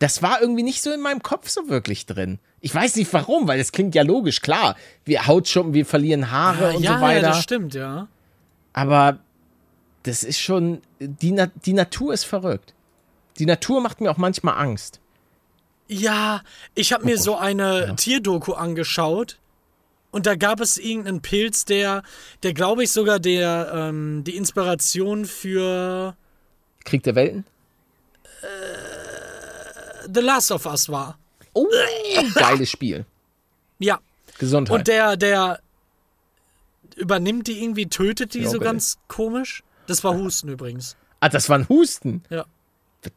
S2: Das war irgendwie nicht so in meinem Kopf so wirklich drin. Ich weiß nicht warum, weil das klingt ja logisch, klar. Wir Hautschuppen, wir verlieren Haare
S1: Ah,
S2: und
S1: ja,
S2: so weiter.
S1: ja, das stimmt, ja.
S2: Aber das ist schon. Die, Na die Natur ist verrückt. Die Natur macht mir auch manchmal Angst.
S1: Ja, ich
S2: Oh
S1: habe mir so eine Tierdoku angeschaut und da gab es irgendeinen Pilz, der, der glaube ich sogar der ähm, die Inspiration für
S2: Krieg der Welten?
S1: The Last of Us war.
S2: Oh, geiles Spiel.
S1: Ja.
S2: Gesundheit.
S1: Und der, der übernimmt die irgendwie, tötet die
S2: Ja,
S1: so
S2: okay.
S1: ganz komisch. Das war Husten übrigens.
S2: Ah, das war ein Husten.
S1: Ja.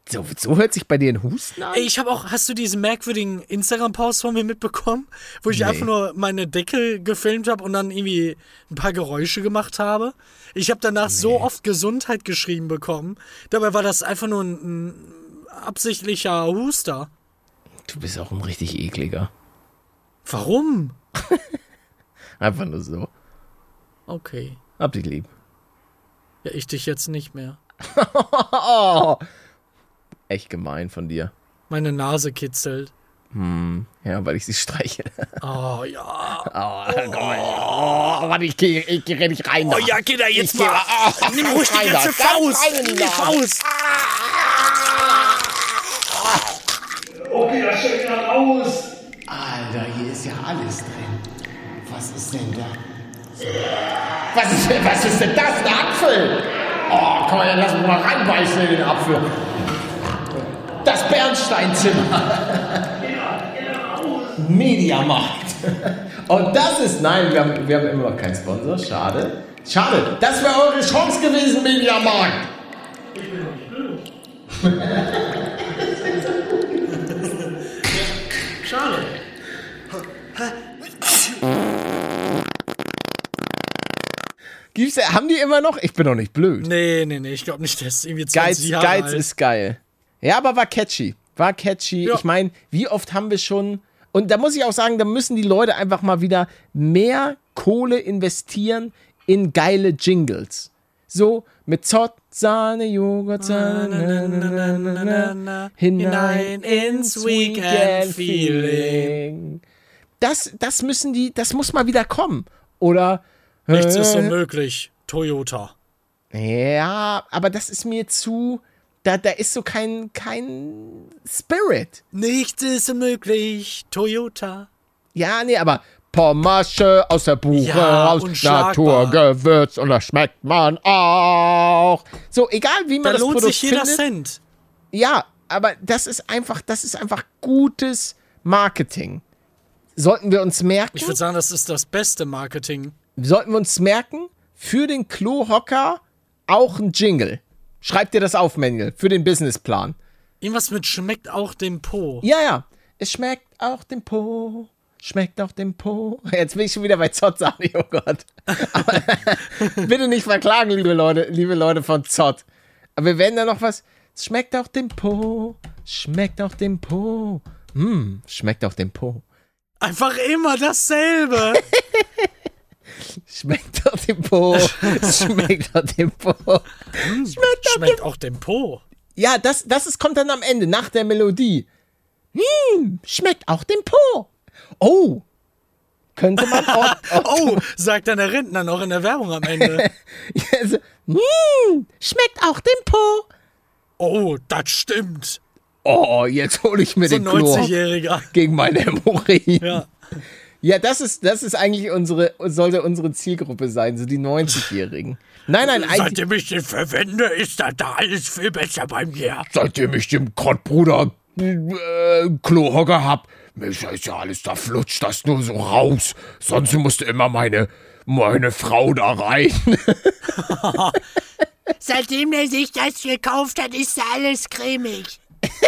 S2: So, so hört sich bei dir ein Husten an?
S1: Ey, ich habe auch, hast du diesen merkwürdigen Instagram-Post von mir mitbekommen, wo ich
S2: Nee.
S1: einfach nur meine Decke gefilmt habe und dann irgendwie ein paar Geräusche gemacht habe? Ich habe danach so oft Gesundheit geschrieben bekommen. Dabei war das einfach nur ein, ein absichtlicher Huster.
S2: Du bist auch ein richtig ekliger.
S1: Warum?
S2: Einfach nur so.
S1: Okay.
S2: Hab dich lieb.
S1: Ja, ich dich jetzt nicht mehr.
S2: Oh, echt gemein von dir.
S1: Meine Nase kitzelt.
S2: Ja, weil ich sie streiche.
S1: Oh ja.
S2: Oh, komm mal. Oh, warte, ich geh, ich geh richtig rein. da.
S1: Oh ja, geh da jetzt
S2: Ich
S1: mal.
S2: geh- Oh,
S1: Nimm ruhig die
S2: rein da.
S1: ganze
S2: Ganz
S1: Faust.
S2: rein in die
S1: Nimm die
S2: Nase.
S1: Faust.
S4: Okay, das stell ich wieder raus.
S5: Alter, hier ist ja alles drin. Was ist denn da?
S2: Was ist, denn- was ist denn das? Ein Apfel? Oh, komm mal, lass mich mal reinbeißen in den Apfel. Das Bernsteinzimmer. Mediamarkt. Und das ist, nein, wir haben, wir haben immer noch keinen Sponsor, schade.
S5: Schade, das wäre eure Chance gewesen, Mediamarkt.
S4: Schade.
S2: Gibt's, haben die immer noch? Ich bin doch nicht blöd.
S1: Nee, nee, nee, ich glaube nicht, der ist irgendwie 20
S2: Geiz,
S1: Jahre
S2: Geiz
S1: alt.
S2: ist geil. Ja, aber war catchy. War catchy.
S1: Ja.
S2: Ich meine, wie oft haben wir schon. Und da muss ich auch sagen, da müssen die Leute einfach mal wieder mehr Kohle investieren in geile Jingles. So mit Zott, Sahne, Joghurt, Sahne, na, na, na, na, na, na, hinein ins Weekend-Feeling. Das, das müssen die, das muss mal wieder kommen. Oder
S1: Nichts ist unmöglich. Toyota.
S2: ja, aber das ist mir zu. Da, da ist so kein, kein Spirit.
S1: Nichts ist unmöglich. Toyota.
S2: Ja, nee, aber Pommasche aus der Buche
S1: Ja,
S2: raus,
S1: unschlagbar.
S2: Naturgewürz und das schmeckt man auch. So, egal wie man
S1: Da
S2: das
S1: lohnt
S2: Produkt
S1: sich jeder
S2: findet.
S1: Cent.
S2: Ja, aber das ist einfach, das ist einfach gutes Marketing. Sollten wir uns merken?
S1: Ich würde sagen, das ist das beste Marketing.
S2: sollten wir uns merken, für den Klohocker auch ein Jingle. Schreib dir das auf, Manuel, für den Businessplan.
S1: Irgendwas mit schmeckt auch dem Po.
S2: Ja, ja. Es schmeckt auch dem Po. Schmeckt auch dem Po. Jetzt bin ich schon wieder bei Zott sagen, oh Gott. Aber bitte nicht verklagen, liebe Leute, liebe Leute von Zott. Aber wir werden da noch was. Es schmeckt auch dem Po. Schmeckt auch dem Po. Hm, schmeckt auch dem Po.
S1: Einfach immer dasselbe.
S2: Schmeckt auch dem Po. Schmeckt auch dem Po.
S1: schmeckt, Hm, schmeckt auch dem Po.
S2: Ja, das, das ist, kommt dann am Ende, nach der Melodie. Hm, schmeckt auch dem Po. Oh. Könnte man auch.
S1: Oh, sagt dann der Rentner noch in der Werbung am Ende.
S2: Also, "Mm, schmeckt auch dem Po.
S1: Oh, das stimmt.
S2: Oh, jetzt hole ich mir
S1: So ein
S2: den Chlor
S1: 90-Jähriger.
S2: gegen meine Hämorrhoiden. Ja,
S1: Ja.
S2: das, ist, das ist eigentlich unsere, sollte unsere Zielgruppe sein, so die 90-Jährigen. Nein, nein, eigentlich,
S1: Seitdem ich den verwende, ist da, da alles viel besser bei mir.
S2: seitdem ich den Krottbruder äh, Klohocker hab, mir ist ja alles, da flutscht das nur so raus. Sonst musste immer meine, meine Frau da rein.
S6: Seitdem er sich das gekauft hat, ist da alles cremig.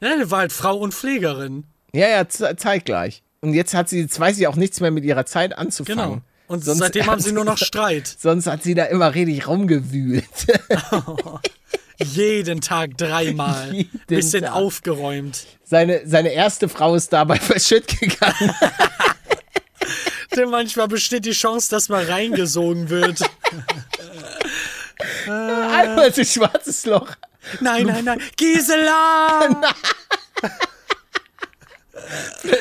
S1: Ja, die war halt Frau und Pflegerin.
S2: Ja, ja, ze- zeitgleich. Und jetzt hat sie, jetzt weiß sie auch nichts mehr mit ihrer Zeit anzufangen.
S1: Genau. Und
S2: Sonst-
S1: seitdem haben sie nur noch Streit.
S2: Sonst hat sie da immer richtig rumgewühlt.
S1: Jeden Tag dreimal.
S2: Jeden
S1: Bisschen
S2: Tag.
S1: aufgeräumt.
S2: Seine, seine erste Frau ist dabei verschütt gegangen.
S1: Denn manchmal besteht die Chance, dass man reingesogen wird. Ah.
S2: Einmal so ein schwarzes Loch.
S1: Nein, nein, nein. Gisela!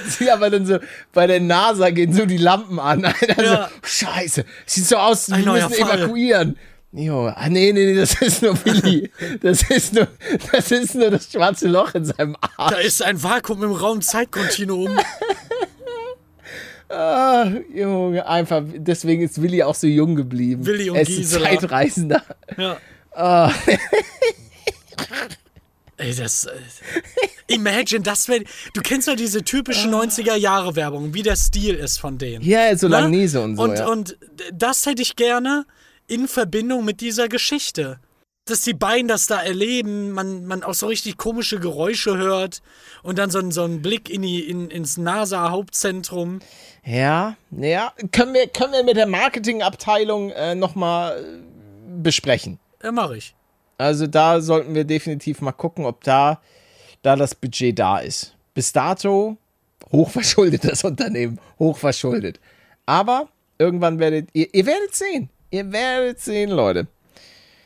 S2: Sie aber dann so bei der NASA gehen so die Lampen an. Alter,
S1: Ja.
S2: so, Scheiße, sieht so aus, wir
S1: Ein neuer
S2: müssen
S1: Fall.
S2: evakuieren. Jo, ah, nee, nee, nee, das ist nur Willi. Das ist nur, das ist nur das schwarze Loch in seinem Arm.
S1: Da ist ein Vakuum im Raum-Zeitkontinuum.
S2: Ah, Junge, einfach, deswegen ist Willi auch so jung geblieben.
S1: Willi und
S2: er ist
S1: Gisela.
S2: ein Zeitreisender.
S1: Ja. Äh. Ey, das. äh, Imagine, das wäre. Du kennst ja diese typischen 90er-Jahre-Werbung, wie der Stil ist von denen.
S2: Ja, so
S1: ne?
S2: Langnese und so.
S1: Und,
S2: ja.
S1: und das hätte ich gerne in Verbindung mit dieser Geschichte. Dass die beiden das da erleben, man, man auch so richtig komische Geräusche hört und dann so ein, so ein Blick in die, in, ins NASA-Hauptzentrum.
S2: Ja, ja. Können wir, können wir mit der Marketingabteilung äh, nochmal besprechen.
S1: Ja, mach ich.
S2: Also da sollten wir definitiv mal gucken, ob da, da das Budget da ist. Bis dato hochverschuldet das Unternehmen. Hochverschuldet. Aber irgendwann werdet ihr, ihr werdet sehen. Ihr werdet sehen, Leute.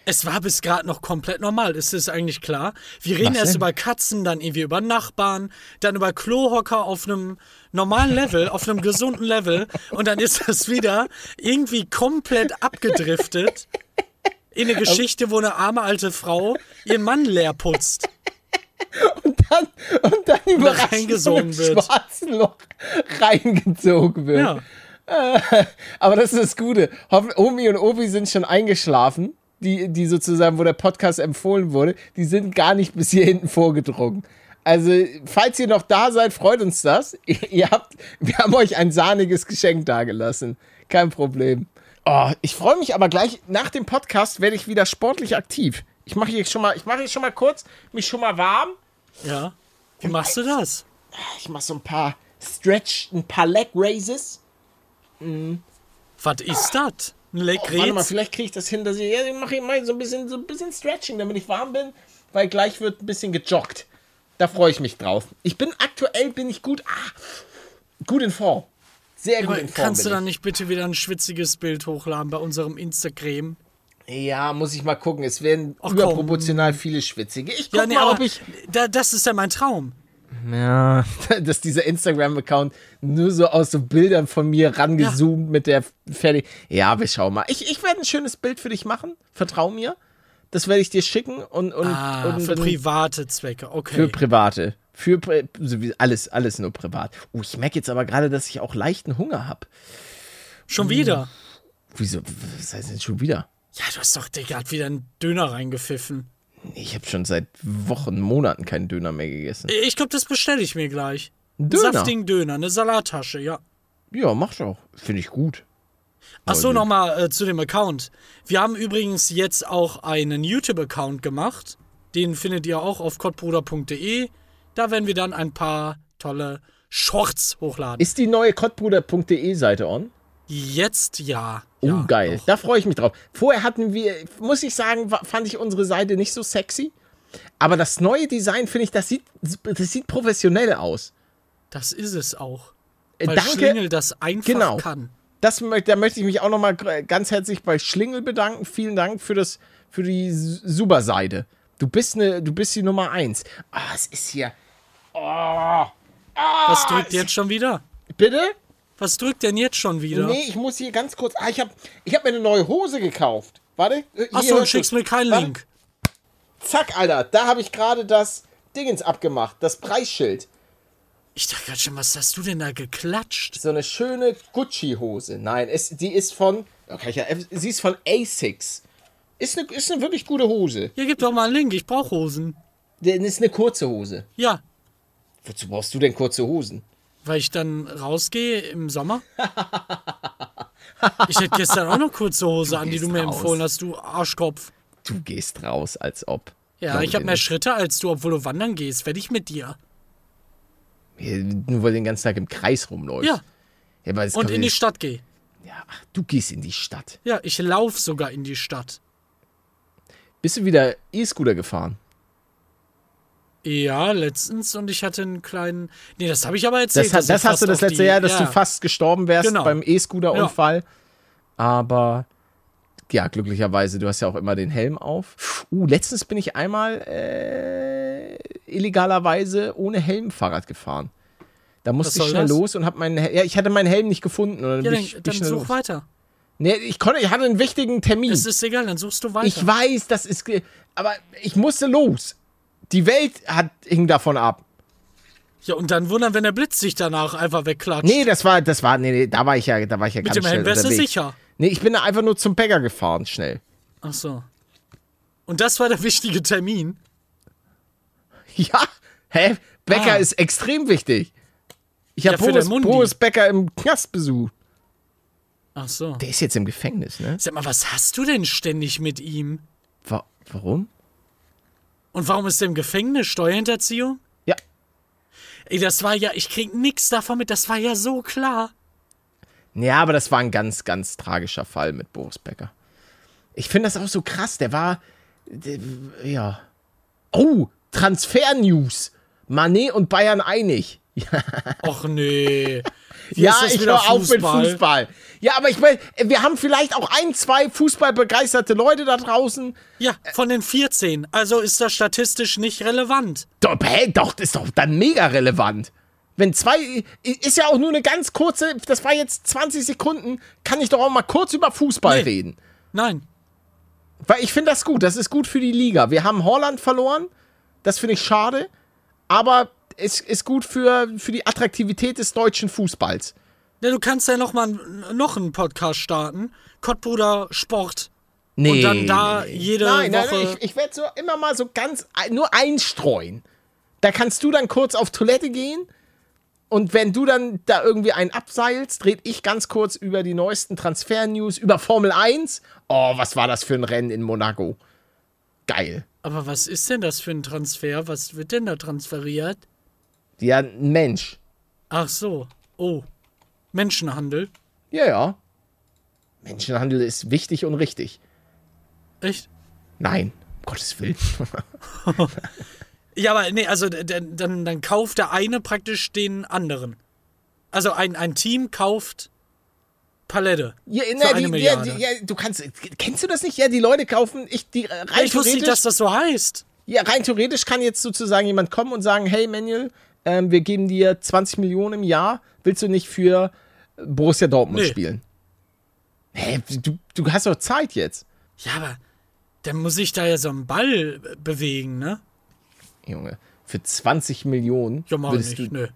S1: Es war bis gerade noch komplett normal, ist es eigentlich klar? Wir reden
S2: Was
S1: erst
S2: denn?
S1: über Katzen, dann irgendwie über Nachbarn, dann über Klohocker auf einem normalen Level, auf einem gesunden Level und dann ist das wieder irgendwie komplett abgedriftet in eine Geschichte, wo eine arme alte Frau ihren Mann leer putzt.
S2: Dann, und dann überraschend von einem
S1: reingesogen wird.
S2: schwarzen Loch reingezogen wird.
S1: Ja.
S2: Aber das ist das Gute. Hoff- Omi und Obi sind schon eingeschlafen, die, die sozusagen, wo der Podcast empfohlen wurde. Die sind gar nicht bis hier hinten vorgedrungen. Also, falls ihr noch da seid, freut uns das. Ihr habt, wir haben euch ein sahniges Geschenk dagelassen. Kein Problem. Oh, ich freue mich aber gleich, nach dem Podcast werde ich wieder sportlich aktiv. Ich mache hier schon mal, ich mache hier schon mal kurz, mich schon mal warm.
S1: Ja. Wie machst du das?
S2: Ich mache so ein paar Stretch, ein paar Leg Raises.
S1: Was ist das? Ein Leg
S2: Oh, warte mal,
S1: Raise?
S2: vielleicht kriege ich das hin, dass ich, ja, ich mache mach so ein bisschen, so ein bisschen Stretching, damit ich warm bin, weil gleich wird ein bisschen gejoggt. Da freue ich mich drauf. Ich bin aktuell, bin ich gut, ah, gut in Form. Sehr gut in Form.
S1: Kannst du
S2: bin
S1: dann nicht bitte wieder ein schwitziges Bild hochladen bei unserem Instagram?
S2: ich. Ja, muss ich mal gucken. Es werden
S1: Ach, komm.
S2: überproportional viele Schwitzige. Ich guck
S1: Ja, nee,
S2: mal, ob
S1: aber
S2: ich,
S1: da, das ist ja mein Traum.
S2: ja, dass dieser Instagram-Account nur so aus so Bildern von mir rangezoomt mit der fertig. Ja, wir schauen mal. Ich, ich werde ein schönes Bild für dich machen. Vertrau mir. Das werde ich dir schicken und, und,
S1: Ah,
S2: und
S1: für
S2: dann-
S1: private Zwecke,
S2: Für
S1: okay.
S2: private. Für pri- so wie alles, alles nur privat. Oh, ich merke jetzt aber gerade, dass ich auch leichten Hunger habe.
S1: Schon
S2: Mhm.
S1: wieder.
S2: Wieso? Was heißt denn schon wieder?
S1: Ja, du hast doch dir gerade wieder einen Döner reingepfiffen.
S2: Nee, Ich habe schon seit Wochen, Monaten keinen Döner mehr gegessen.
S1: Ich glaube, das bestelle ich mir gleich.
S2: Ein Döner?
S1: Saftigen Döner, eine Salattasche, ja.
S2: Ja, mach doch. Finde ich gut.
S1: Achso,
S2: Aber-
S1: nochmal äh, zu dem Account. Wir haben übrigens jetzt auch einen YouTube-Account gemacht. Den findet ihr auch auf kottbruder.de. Da werden wir dann ein paar tolle Shorts hochladen.
S2: Ist die neue kottbruder.de Seite on?
S1: jetzt ja.
S2: Oh,
S1: ja.
S2: geil. Da freue ich mich drauf. Vorher hatten wir, muss ich sagen, wa- fand ich unsere Seite nicht so sexy. Aber das neue Design, finde ich, das sieht, das sieht professionell aus.
S1: Das ist es auch.
S2: Äh,
S1: Weil
S2: danke.
S1: Schlingel das einfach
S2: Genau.
S1: kann.
S2: das, mö- da möchte ich mich auch nochmal ganz herzlich bei Schlingel bedanken. Vielen Dank für, das, für die S- Superseide. Du bist, ne, du bist die Nummer eins. Ah, es ist hier. oh, ah,
S1: Was drückt jetzt schon wieder?
S2: Bitte?
S1: Was drückt denn jetzt schon wieder?
S2: Nee, ich muss hier ganz kurz. Ah, ich habe ich hab mir eine neue Hose gekauft. Warte. äh, hier
S1: Achso,
S2: hörst
S1: schickst
S2: du's.
S1: mir keinen
S2: Warte.
S1: Link.
S2: Zack, Alter. Da habe ich gerade das Dingens abgemacht. Das Preisschild.
S1: Ich dachte gerade schon, was hast du denn da geklatscht?
S2: So eine schöne Gucci-Hose. Nein, es, die ist von. Okay, ja, sie ist von Asics. Ist eine, ist eine wirklich gute Hose.
S1: Hier, gib doch mal einen Link, ich brauche Hosen.
S2: Denn Ist eine kurze Hose.
S1: Ja,
S2: Wozu brauchst du denn kurze Hosen?
S1: weil ich dann rausgehe im Sommer. Ich hätte gestern auch noch kurze Hose an, die du
S2: gehst
S1: mir
S2: raus.
S1: empfohlen hast, du Arschkopf.
S2: Du gehst raus, als ob.
S1: Ja,
S2: Glaub
S1: ich habe
S2: dir
S1: mehr
S2: nicht.
S1: Schritte als du, obwohl du wandern gehst. Werd ich mit dir.
S2: Hier, Nur weil du den ganzen Tag im Kreis rumläufst.
S1: Ja,
S2: ja aber das
S1: und
S2: kann
S1: in die
S2: nicht-
S1: Stadt gehe.
S2: Ja, ach, du gehst in die Stadt.
S1: Ja, ich lauf sogar in die Stadt.
S2: Bist du wieder E-Scooter gefahren?
S1: Ja, letztens und ich hatte einen kleinen. Nee, das habe ich aber erzählt.
S2: Das, hat-
S1: dass ich
S2: das hast
S1: fast
S2: du das
S1: auf
S2: letzte
S1: die-
S2: Jahr, dass
S1: ja.
S2: du fast gestorben wärst
S1: Genau.
S2: beim E-Scooter-Unfall. Aber ja, glücklicherweise, du hast ja auch immer den Helm auf. Uh, letztens bin ich einmal äh, illegalerweise ohne Helm Fahrrad gefahren. Da musste ich
S1: soll
S2: schnell
S1: das?
S2: los und hab meinen Hel- ja, ich hatte meinen Helm nicht gefunden und dann
S1: Ja,
S2: bin ich,
S1: dann,
S2: bin
S1: dann
S2: ich schnell
S1: such
S2: los.
S1: weiter.
S2: Nee, ich konnte, ich hatte einen wichtigen Termin.
S1: Es ist egal, dann suchst du weiter.
S2: Ich weiß, das ist. ge- Aber ich musste los. Die Welt hat, hing davon ab.
S1: ja, und dann wundern, wenn der Blitz dich danach einfach wegklatscht.
S2: Nee, das war, das war, nee, nee da war ich ja, da war ich ja
S1: Mit
S2: ganz
S1: dem
S2: schnell
S1: Helm wärst du
S2: unterwegs.
S1: sicher.
S2: Nee, ich bin da einfach nur zum Bäcker gefahren, schnell.
S1: Ach so. Und das war der wichtige Termin.
S2: Ja, hä? Bäcker
S1: Ah.
S2: ist extrem wichtig. Ich habe
S1: für
S2: Boris,
S1: den Mundi.
S2: Boris Bäcker im Knast besucht.
S1: Ach so.
S2: Der ist jetzt im Gefängnis, ne?
S1: Sag mal, was hast du denn ständig mit ihm?
S2: Wa warum?
S1: Und warum ist er im Gefängnis Steuerhinterziehung?
S2: Ja,
S1: Ey, das war ja, ich krieg nix davon mit, das war ja so klar.
S2: Ja, aber das war ein ganz, ganz tragischer Fall mit Boris Becker. Ich finde das auch so krass. Der war. Der, ja. Oh, Transfer-News. Manet und Bayern einig.
S1: Och nee. Hier
S2: Ja,
S1: ist das
S2: ich
S1: wieder
S2: höre auf mit Fußball. Ja, aber ich meine, wir haben vielleicht auch ein, zwei fußballbegeisterte Leute da draußen.
S1: Ja, von den 14. Also ist das statistisch nicht relevant.
S2: Doch, hä, doch, das ist doch dann mega relevant. Wenn zwei, ist ja auch nur eine ganz kurze, das war jetzt 20 Sekunden, kann ich doch auch mal kurz über Fußball
S1: Nee.
S2: reden.
S1: Nein.
S2: Weil ich finde das gut. Das ist gut für die Liga. Wir haben Holland verloren. Das finde ich schade. Aber es ist gut für, für die Attraktivität des deutschen Fußballs.
S1: Ja, du kannst ja noch mal n- noch einen Podcast starten. Kottbruder Sport.
S2: Nee.
S1: Und dann da jede
S2: nein, nein,
S1: Woche.
S2: nein. Ich, ich werde so immer mal so ganz, ein- nur einstreuen. Da kannst du dann kurz auf Toilette gehen. Und wenn du dann da irgendwie einen abseilst, red ich ganz kurz über die neuesten Transfer-News, über Formel 1. Oh, was war das für ein Rennen in Monaco? Geil.
S1: Aber was ist denn das für ein Transfer? Was wird denn da transferiert?
S2: Ja, ein Mensch.
S1: Ach so. Oh. Menschenhandel.
S2: Ja, ja. Menschenhandel ist wichtig und richtig.
S1: Echt?
S2: Nein, um Gottes Willen.
S1: Ja, aber nee, also d- d- dann, dann kauft der eine praktisch den anderen. Also ein, ein Team kauft Palette.
S2: Ja,
S1: für
S2: na,
S1: eine
S2: die, ja,
S1: Milliarde.
S2: die, ja, du kannst, kennst du das nicht? Ja, die Leute kaufen, ich, die äh, rein
S1: ich wusste nicht, dass das so heißt.
S2: Ja, rein theoretisch kann jetzt sozusagen jemand kommen und sagen, hey Manuel, ähm, wir geben dir 20 Millionen im Jahr, willst du nicht für Borussia Dortmund
S1: Nee.
S2: spielen? Hä, du, du hast doch Zeit jetzt.
S1: Ja, aber dann muss ich da ja so einen Ball äh, bewegen, ne?
S2: Junge, für 20 Millionen
S1: Ja, mach ich
S2: würdest
S1: nicht, ne.
S2: du...
S1: nö.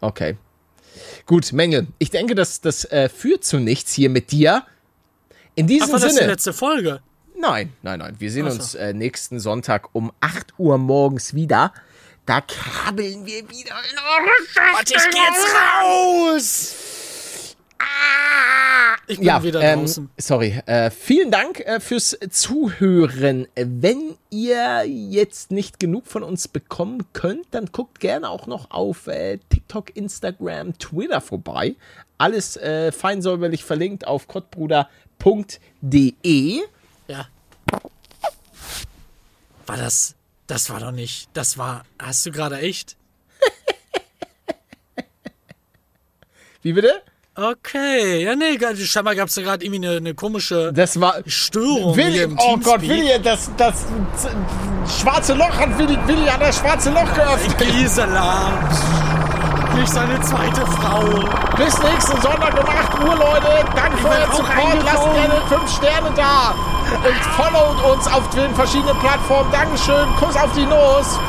S2: Okay. Gut, Menge. Ich denke, das, das äh, führt zu nichts hier mit dir. In
S1: Ach,
S2: diesem
S1: war das die
S2: Sinne.
S1: letzte Folge?
S2: Nein, nein, nein. Wir sehen
S1: Ach so.
S2: uns äh, nächsten Sonntag um 8 Uhr morgens wieder. Da krabbeln wir wieder in eure
S1: Warte, ich geh jetzt raus! Ich bin
S2: ja,
S1: wieder
S2: ähm,
S1: draußen.
S2: Sorry. Äh, vielen Dank äh, fürs Zuhören. Äh, Wenn ihr jetzt nicht genug von uns bekommen könnt, dann guckt gerne auch noch auf äh, TikTok, Instagram, Twitter vorbei. Alles äh, feinsäuberlich verlinkt auf kottbruder.de.
S1: Ja. War das. Das war doch nicht. Das war. Hast du gerade echt?
S2: Wie bitte?
S1: Okay, ja, nee, ge- scheinbar gab es da gerade irgendwie eine, eine komische
S2: Das war.
S1: Störung. hier
S2: Willi,
S1: im
S2: oh Gott,
S1: Teamspeak.
S2: Willi, das, das z- schwarze Loch hat Willi, Willi hat das schwarze Loch geöffnet.
S1: Gisela. Nicht seine zweite Frau.
S2: Bis nächsten Sonntag um 8 Uhr, Leute. Danke für
S1: werd
S2: euren
S1: auch
S2: Support. Lasst
S1: eingezogen.
S2: gerne 5 Sterne da. Und followt uns auf den verschiedenen Plattformen. Dankeschön. Kuss auf die Nuss.